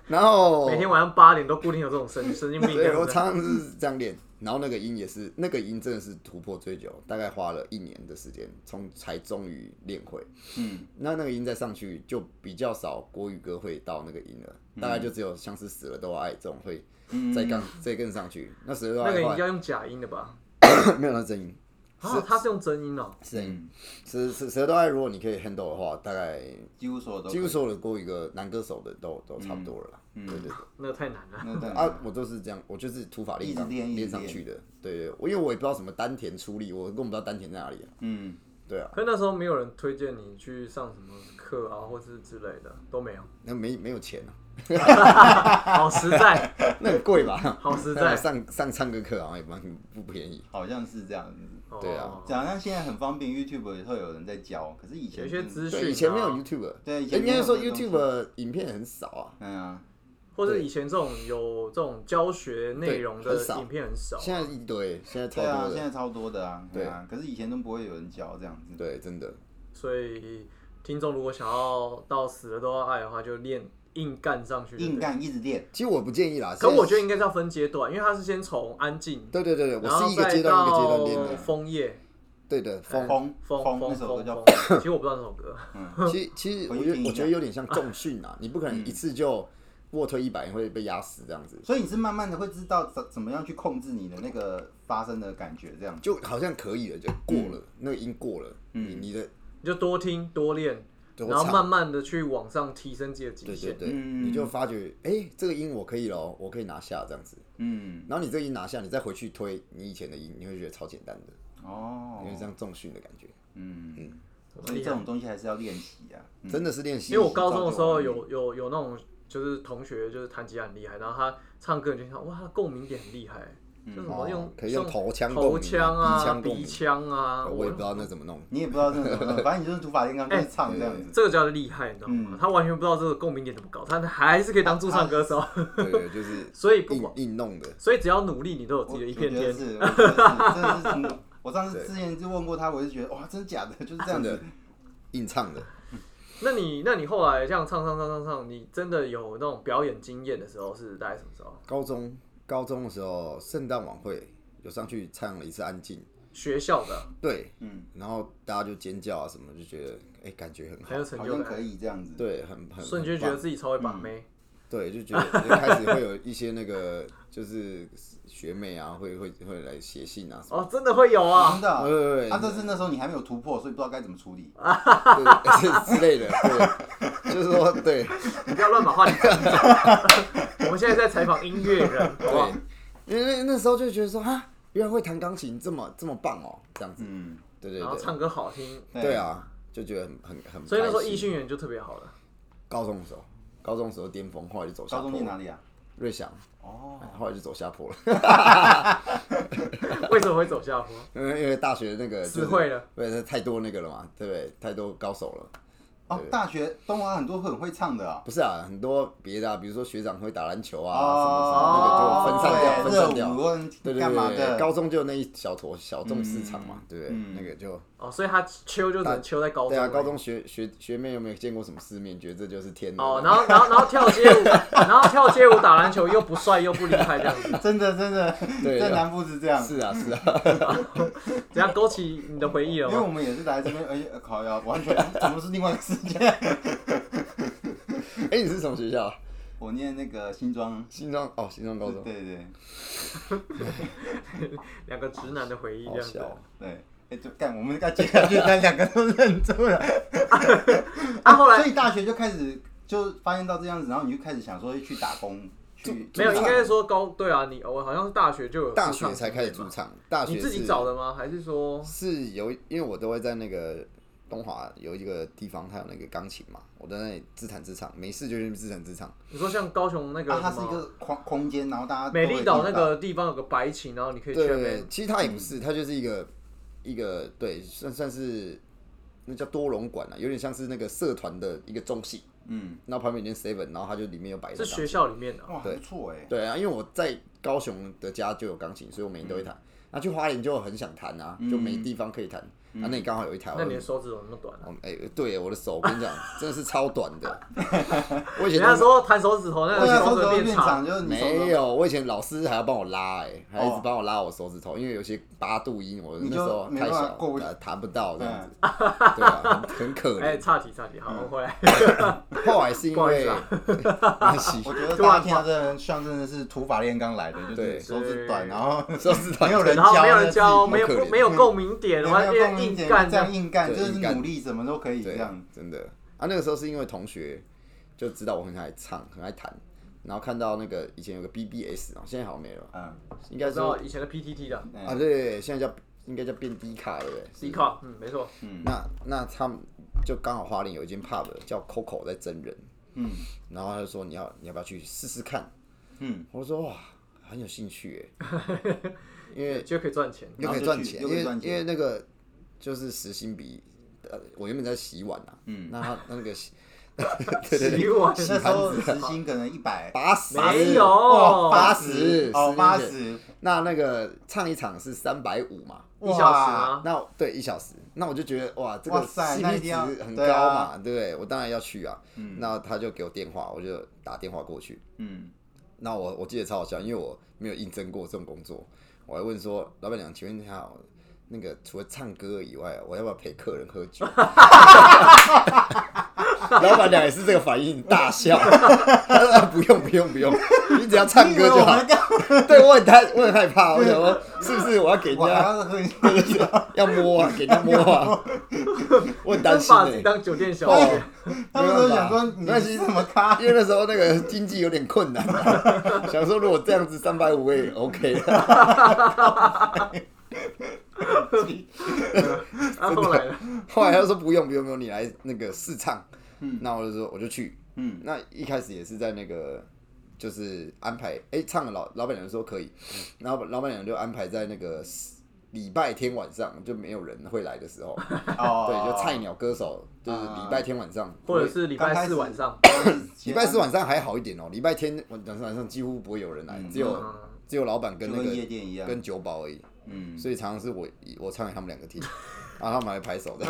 [SPEAKER 1] 然后
[SPEAKER 3] 每天晚上八点都固定有这种神神经病这
[SPEAKER 1] 对，
[SPEAKER 3] 样子。
[SPEAKER 1] 我常常是这样练，然后那个音也是，那个音真的是突破最久，大概花了一年的时间，从才终于练会。
[SPEAKER 2] 嗯
[SPEAKER 1] 那那个音再上去就比较少，国语歌会到那个音了，大
[SPEAKER 3] 嗯
[SPEAKER 1] 概就只有像是死了都爱这种会
[SPEAKER 2] 嗯
[SPEAKER 1] 再更再更上去。那死了都
[SPEAKER 3] 那
[SPEAKER 1] 爱
[SPEAKER 3] 个
[SPEAKER 1] 的
[SPEAKER 3] 应
[SPEAKER 1] 话
[SPEAKER 3] 该用假音的吧？
[SPEAKER 1] (clears throat) 没有那声音，
[SPEAKER 3] 啊，他是用真音哦。
[SPEAKER 1] 声音死死死了都爱，如果你可以 handle 的话，大概
[SPEAKER 2] 几乎所有都
[SPEAKER 1] 几乎
[SPEAKER 2] 说，
[SPEAKER 1] 所有的国语歌男歌手的都都差不
[SPEAKER 3] 嗯
[SPEAKER 1] 多了啦。对对对。
[SPEAKER 3] 那个太难了。
[SPEAKER 2] 那对
[SPEAKER 1] 啊，我都是这样，我就是土法炼
[SPEAKER 2] 一
[SPEAKER 1] 钢
[SPEAKER 2] 直练一直
[SPEAKER 1] 练上
[SPEAKER 2] 练
[SPEAKER 1] 去的。对对，我因为我也不知道什么丹田出力，我根本不知道丹田在哪里啊。
[SPEAKER 2] 嗯，
[SPEAKER 1] 对啊，
[SPEAKER 3] 可是那时候没有人推荐你去上什么课啊，或是之类的，都没有。
[SPEAKER 1] 那没没有钱啊，
[SPEAKER 3] 好实在，
[SPEAKER 1] 那很贵吧？
[SPEAKER 3] (laughs) 好实
[SPEAKER 1] (laughs) 那
[SPEAKER 3] 在。
[SPEAKER 1] 上上唱歌课好像也蛮不便宜。
[SPEAKER 2] 好像是这样子。
[SPEAKER 3] 哦
[SPEAKER 1] 对啊
[SPEAKER 2] 讲像现在很方便，YouTube 也会有人在教，可是以前
[SPEAKER 3] 有一些
[SPEAKER 2] 真的
[SPEAKER 3] 资讯啊
[SPEAKER 1] 对，以前没有 YouTube，
[SPEAKER 2] 对以前
[SPEAKER 1] 应
[SPEAKER 2] 没有
[SPEAKER 1] 该说
[SPEAKER 2] 这个东西
[SPEAKER 1] YouTube 影片很少啊。
[SPEAKER 2] 嗯啊，
[SPEAKER 3] 或者以前这种有这种教学内容的
[SPEAKER 1] 对很少
[SPEAKER 3] 影片很少。啊
[SPEAKER 1] 现在一堆，现在超
[SPEAKER 2] 对啊，
[SPEAKER 1] 多
[SPEAKER 2] 现
[SPEAKER 1] 的，
[SPEAKER 2] 在超多的啊，对啊，可是以前都不会有人教这样子。
[SPEAKER 1] 对，真的。
[SPEAKER 3] 所以听众如果想要到死了都要爱的话，就练硬干上去。
[SPEAKER 2] 硬。干一直练，
[SPEAKER 1] 其实我不建议啦。
[SPEAKER 3] 可
[SPEAKER 1] 现在
[SPEAKER 3] 我觉得应该是要分阶段，因为他是先从安静，
[SPEAKER 1] 对对对对，我
[SPEAKER 3] 然后
[SPEAKER 1] 是一个
[SPEAKER 3] 再
[SPEAKER 1] 阶段一个阶段练
[SPEAKER 3] 到哎
[SPEAKER 1] 的。
[SPEAKER 3] 枫叶，
[SPEAKER 1] 对的，风。
[SPEAKER 2] 风
[SPEAKER 3] 枫
[SPEAKER 2] 风
[SPEAKER 3] 枫
[SPEAKER 2] 那首歌
[SPEAKER 3] 枫
[SPEAKER 2] 叫
[SPEAKER 3] 枫。其实我不知道那首
[SPEAKER 1] (laughs)
[SPEAKER 3] 歌。
[SPEAKER 1] 其
[SPEAKER 3] (laughs)
[SPEAKER 1] 实其实
[SPEAKER 2] 回
[SPEAKER 1] 我
[SPEAKER 2] 去
[SPEAKER 1] 觉
[SPEAKER 2] 听
[SPEAKER 1] 得
[SPEAKER 2] 一
[SPEAKER 1] 我
[SPEAKER 2] 下嗯
[SPEAKER 1] 觉得有点像重训啊，你不可能一次就卧推一百会被压死这样子。
[SPEAKER 2] 所以你是慢慢的会知道怎怎么样去控制你的那个发生的感觉，这样。
[SPEAKER 1] 就好像可以了，就过了，那个音过了，
[SPEAKER 2] 嗯
[SPEAKER 1] 你你的
[SPEAKER 3] 你就多听多练，
[SPEAKER 1] 多
[SPEAKER 3] 然后
[SPEAKER 1] 唱
[SPEAKER 3] 慢慢的去往上提升自己的极
[SPEAKER 1] 对对
[SPEAKER 3] 限。
[SPEAKER 1] 对，
[SPEAKER 2] 嗯
[SPEAKER 1] 你就发觉，哎、这个音我可以了哦，我可以拿下这样子。
[SPEAKER 2] 嗯，
[SPEAKER 1] 然后你这个音拿下，你再回去推你以前的音，你会觉得超简单的，
[SPEAKER 2] 哦
[SPEAKER 1] 有，点像重训的感觉，
[SPEAKER 2] 嗯，所以这种东西还是要练习啊。嗯
[SPEAKER 1] 真的是练习。
[SPEAKER 3] 因为我高中的时候
[SPEAKER 2] 造就
[SPEAKER 3] 有有有那种就是同学就是弹吉他很厉害，然后他唱歌你就想哇，他共鸣点很厉害，
[SPEAKER 2] 嗯
[SPEAKER 3] 就什么用
[SPEAKER 1] 哦可以用头腔共鸣
[SPEAKER 3] 头腔啊、
[SPEAKER 1] 鼻腔共鸣呃
[SPEAKER 3] 鼻腔啊，
[SPEAKER 1] 我也不知道那怎么弄。
[SPEAKER 2] 你也不知道这种，反正你就是土法炼钢，就是唱这样子。
[SPEAKER 3] 这个叫厉害，你知道
[SPEAKER 2] 嗯
[SPEAKER 3] 吗？他完全不知道这个共鸣点怎么搞，他还是可以当驻唱歌手，
[SPEAKER 2] 啊
[SPEAKER 1] 对对，就是
[SPEAKER 3] (laughs) 所以 (laughs) 不
[SPEAKER 1] 硬
[SPEAKER 3] 管，
[SPEAKER 1] 硬弄的。
[SPEAKER 3] 所以只要努力，你都有
[SPEAKER 2] 我
[SPEAKER 3] 自己的一
[SPEAKER 2] 我
[SPEAKER 3] 片
[SPEAKER 2] 觉得
[SPEAKER 3] 天。
[SPEAKER 2] 是，我觉得是，真的是真的。我上次之前就问过他，我就觉得哇，真的假的，就是这样
[SPEAKER 1] 真
[SPEAKER 2] 子
[SPEAKER 1] 的。
[SPEAKER 3] 嗯
[SPEAKER 1] 硬唱的，
[SPEAKER 3] 那你那你后来这样唱唱唱唱唱，你真的有那种表演经验的时候是大概什么时候？
[SPEAKER 1] 高中高中的时候，圣诞晚会有上去唱了一次《安静》，
[SPEAKER 3] 学校的
[SPEAKER 1] 对，
[SPEAKER 2] 嗯，
[SPEAKER 1] 然后大家就尖叫啊什么，就觉得哎、感觉很
[SPEAKER 3] 很
[SPEAKER 1] 好，
[SPEAKER 3] 有成
[SPEAKER 2] 好
[SPEAKER 3] 就
[SPEAKER 2] 像可
[SPEAKER 3] 感，
[SPEAKER 2] 以这嗯样子。
[SPEAKER 1] 对，很很
[SPEAKER 3] 瞬间觉得
[SPEAKER 1] 很棒
[SPEAKER 3] 自己超会把妹。
[SPEAKER 1] 对，就觉得就开始会有一些那个就是学妹啊，会会会来写信啊什么，
[SPEAKER 3] 哦，真的会有啊！
[SPEAKER 2] 真的啊，
[SPEAKER 1] 对对对
[SPEAKER 2] 他这是那时候你还没有突破，所以不知道该怎么处理。
[SPEAKER 3] 啊
[SPEAKER 1] 对之类的，对，就是说对
[SPEAKER 3] 你不要乱把话题讲走。
[SPEAKER 1] (laughs)
[SPEAKER 3] 我们现在在采访音乐人，好不好
[SPEAKER 1] 对？，因为那时候就觉得说啊，原来会弹钢琴这么这么棒哦，这样子，
[SPEAKER 2] 嗯，
[SPEAKER 1] 对对
[SPEAKER 3] 然后
[SPEAKER 1] 对，
[SPEAKER 3] 唱歌好听，
[SPEAKER 1] 对，啊，就觉得很很很，
[SPEAKER 3] 所以那时候艺训员就特别好了。
[SPEAKER 1] 高中的时候，高中的时候巅峰，后来就走下
[SPEAKER 2] 高
[SPEAKER 1] 坡
[SPEAKER 2] 中
[SPEAKER 1] 了。
[SPEAKER 2] 念哪里啊？
[SPEAKER 1] 瑞祥，
[SPEAKER 2] 哦，
[SPEAKER 1] 后来就走下坡了， (laughs)
[SPEAKER 3] 为什么会走下坡？
[SPEAKER 1] 因为因为大学那个
[SPEAKER 3] 死会了，
[SPEAKER 1] (laughs) 对，那太多那个了嘛，对不对？太多高手了。
[SPEAKER 2] 哦，大学东华很多很会唱的啊。
[SPEAKER 1] 不是啊，很多别的啊，比如说学长会打篮球啊，什
[SPEAKER 2] 哦
[SPEAKER 1] 么什么，那个就分散掉，分
[SPEAKER 2] 对
[SPEAKER 1] 散
[SPEAKER 2] 热舞
[SPEAKER 1] 掉。
[SPEAKER 2] 问
[SPEAKER 1] 对对
[SPEAKER 2] 干嘛
[SPEAKER 1] 对对，
[SPEAKER 2] 的？
[SPEAKER 1] 高中就那一小坨小众市场嘛，
[SPEAKER 2] 嗯
[SPEAKER 1] 对不对？
[SPEAKER 2] 嗯
[SPEAKER 1] 那个就
[SPEAKER 3] 哦，所以他秋就只能秋在高中。
[SPEAKER 1] 对啊，高。中学学学妹有没有见过什么世面？觉得这就是天
[SPEAKER 3] 哦，
[SPEAKER 1] 然
[SPEAKER 3] 然后然后然后跳街舞， (laughs) 然后跳街舞打篮球又不帅又不厉害这样子，
[SPEAKER 2] (laughs) 真的真的，
[SPEAKER 1] 对
[SPEAKER 2] 在南部是这样，
[SPEAKER 1] 是啊是啊，
[SPEAKER 3] 怎样勾起你的回忆了
[SPEAKER 2] 因为
[SPEAKER 3] 吗？
[SPEAKER 2] 我们也是来这边，而且考呀，完全怎么是另外一个
[SPEAKER 1] (laughs)
[SPEAKER 2] 世界。
[SPEAKER 1] 哎，你是什么学校？
[SPEAKER 2] 我念那个新庄，
[SPEAKER 1] 新庄哦，新庄高中，
[SPEAKER 2] 对对
[SPEAKER 3] 两个直男的回忆这
[SPEAKER 1] 好
[SPEAKER 3] 样子。
[SPEAKER 1] 小。
[SPEAKER 2] 对。哎， (laughs) 就干，我们该接下去，咱两个都认真了。
[SPEAKER 3] (laughs) 啊，后来
[SPEAKER 2] 所以大学就开始就发现到这样子，然后你就开始想说去打工，去
[SPEAKER 3] 没有，
[SPEAKER 2] 驻
[SPEAKER 3] 应
[SPEAKER 2] 唱
[SPEAKER 3] 该是说高对啊，你我好像是大学就有
[SPEAKER 1] 大
[SPEAKER 3] 驻唱
[SPEAKER 1] 学才开始驻
[SPEAKER 3] 经
[SPEAKER 1] 唱，大
[SPEAKER 3] 验嘛，
[SPEAKER 1] 学
[SPEAKER 3] 你自己
[SPEAKER 1] 是
[SPEAKER 3] 找的吗？还是说
[SPEAKER 1] 是有，因为我都会在那个东华有一个地方，它有那个钢琴嘛，我在那里自弹自唱，没事就去自弹自唱。
[SPEAKER 3] 你说像高雄那个
[SPEAKER 2] 啊，它
[SPEAKER 3] 什
[SPEAKER 2] 是一
[SPEAKER 3] 么
[SPEAKER 2] 个空空间，然后大家
[SPEAKER 3] 美丽岛
[SPEAKER 2] 都
[SPEAKER 3] 那
[SPEAKER 2] 会
[SPEAKER 3] 个地方有个白琴，然后你可以
[SPEAKER 1] 对
[SPEAKER 3] 去
[SPEAKER 1] 对
[SPEAKER 3] 那
[SPEAKER 1] 对
[SPEAKER 3] 边，
[SPEAKER 1] 其实它也不
[SPEAKER 3] 嗯
[SPEAKER 1] 是，它就是一个一个对，算算是那叫多龙馆啊，有点像是那个社团的一个中戏，
[SPEAKER 2] 嗯，
[SPEAKER 1] 然后旁边有间 seven，然后它就里面有摆一
[SPEAKER 3] 是
[SPEAKER 1] 个
[SPEAKER 3] 学
[SPEAKER 1] 钢琴。
[SPEAKER 3] 校里面的啊。
[SPEAKER 2] 哇，
[SPEAKER 1] 对
[SPEAKER 2] 不错哎，
[SPEAKER 1] 对啊，因为我在高雄的家就有钢琴，所以我每天都会
[SPEAKER 3] 嗯
[SPEAKER 1] 弹。那去花莲就很想弹啊，就没地方可以弹。啊，那你刚好有一台，我
[SPEAKER 3] 嗯那
[SPEAKER 1] 就
[SPEAKER 3] 你的手指怎么那么短啊？
[SPEAKER 1] 哦，哎、对耶，我的手，我跟你讲，真的是超短
[SPEAKER 3] (laughs)
[SPEAKER 1] 的。我以前
[SPEAKER 3] 人家
[SPEAKER 1] 都
[SPEAKER 3] 说弹手指头，那
[SPEAKER 2] 对
[SPEAKER 3] 个
[SPEAKER 2] 啊，
[SPEAKER 3] 手
[SPEAKER 2] 手
[SPEAKER 3] 指头
[SPEAKER 2] 指
[SPEAKER 3] 变
[SPEAKER 2] 变
[SPEAKER 3] 长
[SPEAKER 2] 长，，就是你手指
[SPEAKER 1] 没有，我以前老师还要帮我拉、哎，还一直
[SPEAKER 2] 哦
[SPEAKER 1] 帮我拉我手指头，因为有些八度音，我
[SPEAKER 2] 你
[SPEAKER 1] 那
[SPEAKER 2] 就
[SPEAKER 1] 时候
[SPEAKER 2] 没
[SPEAKER 1] 太
[SPEAKER 2] 办法
[SPEAKER 1] 小
[SPEAKER 2] 过，不去嗯
[SPEAKER 1] 呃弹不到这样子， (laughs) 对啊，很很可
[SPEAKER 3] 哎，
[SPEAKER 1] 怜。
[SPEAKER 3] 岔题岔题，好，我回来。
[SPEAKER 1] 后来是因
[SPEAKER 3] 不好意
[SPEAKER 1] 为
[SPEAKER 3] 思
[SPEAKER 1] (laughs)
[SPEAKER 3] 啊
[SPEAKER 1] 关系，
[SPEAKER 2] 我觉得
[SPEAKER 3] 突然
[SPEAKER 2] 大家听到这人像真的是土法炼钢来的，就是
[SPEAKER 1] 对
[SPEAKER 2] 手指短，
[SPEAKER 3] 对
[SPEAKER 2] 然后
[SPEAKER 1] 手指头
[SPEAKER 2] 没有人
[SPEAKER 3] 然后
[SPEAKER 2] 教，
[SPEAKER 3] 没有人教，没有
[SPEAKER 1] 可怜
[SPEAKER 3] 没有共鸣点，
[SPEAKER 2] 对
[SPEAKER 3] 然后
[SPEAKER 2] 嗯没有
[SPEAKER 3] 变
[SPEAKER 2] 共鸣
[SPEAKER 3] 硬
[SPEAKER 2] 点，
[SPEAKER 3] 干
[SPEAKER 2] 这样硬干，
[SPEAKER 1] 对
[SPEAKER 2] 就是
[SPEAKER 1] 硬干
[SPEAKER 2] 努力什么都可以这
[SPEAKER 1] 对
[SPEAKER 2] 样。，
[SPEAKER 1] 真的啊，那个时候是因为同学就知道我很爱唱，很爱弹，然后看到那个以前有个 BBS 啊，现在好像没了，
[SPEAKER 2] 嗯，
[SPEAKER 1] 应
[SPEAKER 3] 你
[SPEAKER 1] 该
[SPEAKER 3] 知
[SPEAKER 1] 说
[SPEAKER 3] 道以前的 PTT 的
[SPEAKER 1] 啊，对，现在叫应该叫变低卡对不对？
[SPEAKER 3] D 卡，嗯，没错，
[SPEAKER 1] 那那他们就刚好花莲有一间 pub 叫 Coco 在真人，
[SPEAKER 2] 嗯，
[SPEAKER 1] 然后他就说你要你要不要去试试看？
[SPEAKER 2] 嗯，
[SPEAKER 1] 我说哇，很有兴趣耶，
[SPEAKER 2] (laughs)
[SPEAKER 1] 因为
[SPEAKER 3] 就可以赚钱。
[SPEAKER 1] 又可以
[SPEAKER 2] 就
[SPEAKER 1] 赚
[SPEAKER 2] 去
[SPEAKER 1] 钱，
[SPEAKER 2] 又
[SPEAKER 1] 因
[SPEAKER 2] 可以
[SPEAKER 1] 为
[SPEAKER 2] 赚
[SPEAKER 1] 因
[SPEAKER 2] 钱
[SPEAKER 1] 为那个就是时薪比呃，我原本在洗碗啊，嗯，那他那个洗
[SPEAKER 3] 洗碗
[SPEAKER 2] 那时候时薪可能一百
[SPEAKER 1] 八十
[SPEAKER 3] 没有
[SPEAKER 2] 哦，
[SPEAKER 1] 八
[SPEAKER 2] 十
[SPEAKER 1] 十
[SPEAKER 2] 哦，八，
[SPEAKER 1] 10年前
[SPEAKER 2] 十
[SPEAKER 1] 那那个唱一场是三百五嘛。
[SPEAKER 3] 一小时
[SPEAKER 2] 哇
[SPEAKER 3] 啊，
[SPEAKER 1] 那我对一小时，那我就觉得哇，这个
[SPEAKER 2] 哇塞那
[SPEAKER 1] CP
[SPEAKER 2] 一定要
[SPEAKER 1] 值很
[SPEAKER 2] 对
[SPEAKER 1] 高
[SPEAKER 2] 啊
[SPEAKER 1] 嘛，对不对？我当然要去啊。那他就给我电话，我就打电话过去。
[SPEAKER 2] 嗯，
[SPEAKER 1] 那我我记得超好笑，因为我没有应征过这种工作，我还问说，老板娘，请问一下，哦那个除了唱歌以外，哦我要不要陪客人喝酒？ (laughs) 老板娘也是这个反应，大笑。 (laughs) 她说啊不用不用不用，你只要唱歌就好
[SPEAKER 2] 你以为我们。
[SPEAKER 1] (laughs)
[SPEAKER 2] 干
[SPEAKER 1] 对我很害我很害怕，我想说是不是我要给人
[SPEAKER 2] 我还
[SPEAKER 1] 家
[SPEAKER 2] 要喝一下
[SPEAKER 1] 要摸啊，给人家摸啊？ (laughs) 我很担
[SPEAKER 3] 真
[SPEAKER 1] 心
[SPEAKER 3] 把
[SPEAKER 1] 欸
[SPEAKER 3] 自己当酒店小姐
[SPEAKER 1] 哦。
[SPEAKER 2] (laughs) 他们都想说你
[SPEAKER 1] 没关系
[SPEAKER 2] 是什么
[SPEAKER 1] (laughs)
[SPEAKER 2] 咖？
[SPEAKER 1] 因为那时候那个经济有点困难、啊 (laughs) 想说如果这样子三百五也 OK 了。
[SPEAKER 3] 啊，后来呢？啊
[SPEAKER 1] 后来他说不用不用不用，你来那个试唱，那我就说我就去，
[SPEAKER 2] 嗯，
[SPEAKER 1] 那一开始也是在那个就是安排，哎、唱了老老板娘说可以，然后老板娘就安排在那个礼拜天晚上就没有人会来的时候，
[SPEAKER 2] 哦，
[SPEAKER 1] 对，就菜鸟歌手就是礼拜天晚上
[SPEAKER 3] 或者
[SPEAKER 1] 会
[SPEAKER 3] 是礼拜四晚上，
[SPEAKER 1] (laughs) 礼拜四晚上还好一点哦、礼拜天晚上晚上几乎不会有人来，只
[SPEAKER 3] 嗯
[SPEAKER 1] 有、只有老板跟
[SPEAKER 2] 嗯就
[SPEAKER 1] 那
[SPEAKER 2] 跟夜
[SPEAKER 1] 个
[SPEAKER 2] 店一样，
[SPEAKER 1] 跟酒保而已，
[SPEAKER 2] 嗯，
[SPEAKER 1] 所以常常是我我唱给他们两个
[SPEAKER 2] (laughs)
[SPEAKER 1] 听，然后他们还拍手的，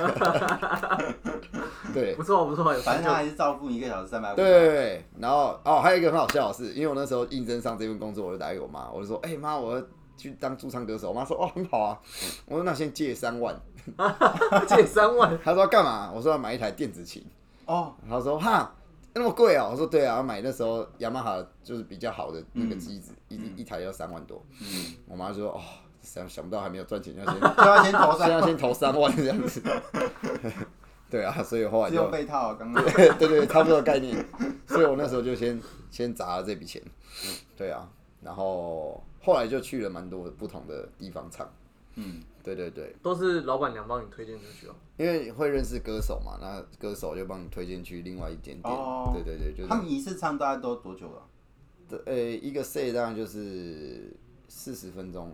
[SPEAKER 1] 对
[SPEAKER 3] 不错不错，有
[SPEAKER 2] 反
[SPEAKER 3] 成就
[SPEAKER 2] 正他还是照付你一个小时三百五，
[SPEAKER 1] 对对，对，然后哦还有一个很好笑的是，因为我那时候应征上这份工作，我就打给我妈，我就说，哎、妈，我要去当驻唱歌手，我妈说哦很好啊，我说那先借三万，
[SPEAKER 3] 借三万，
[SPEAKER 1] 她说要干嘛？我说要买一台电子琴。
[SPEAKER 2] 哦，
[SPEAKER 1] 他说哈那么贵哦、我说对啊，买那时候雅马哈就是比较好的那个机子，一一台要三万多。
[SPEAKER 2] 嗯，
[SPEAKER 1] 我妈就说哦，想想不到还没有赚钱，要先 (laughs)
[SPEAKER 2] 就要先投
[SPEAKER 1] 先
[SPEAKER 2] 三
[SPEAKER 1] 要，先投三万这样子。 (laughs) 对啊，所以后来
[SPEAKER 2] 只
[SPEAKER 1] 就
[SPEAKER 2] 有被套，啊刚刚
[SPEAKER 1] 对对对，差不多的概念。所以我那时候就先先砸了这笔钱，对啊，然后后来就去了蛮多不同的地方唱。
[SPEAKER 2] 嗯，
[SPEAKER 1] 对对对，
[SPEAKER 3] 都是老板娘帮你推荐出去哦。
[SPEAKER 1] 因为会认识歌手嘛，那歌手就帮你推荐去另外一间店。
[SPEAKER 2] 哦
[SPEAKER 1] 对对对，就是
[SPEAKER 2] 他们一次唱大概都多久了？
[SPEAKER 1] 对，呃、一个 set 当然就是四十分钟，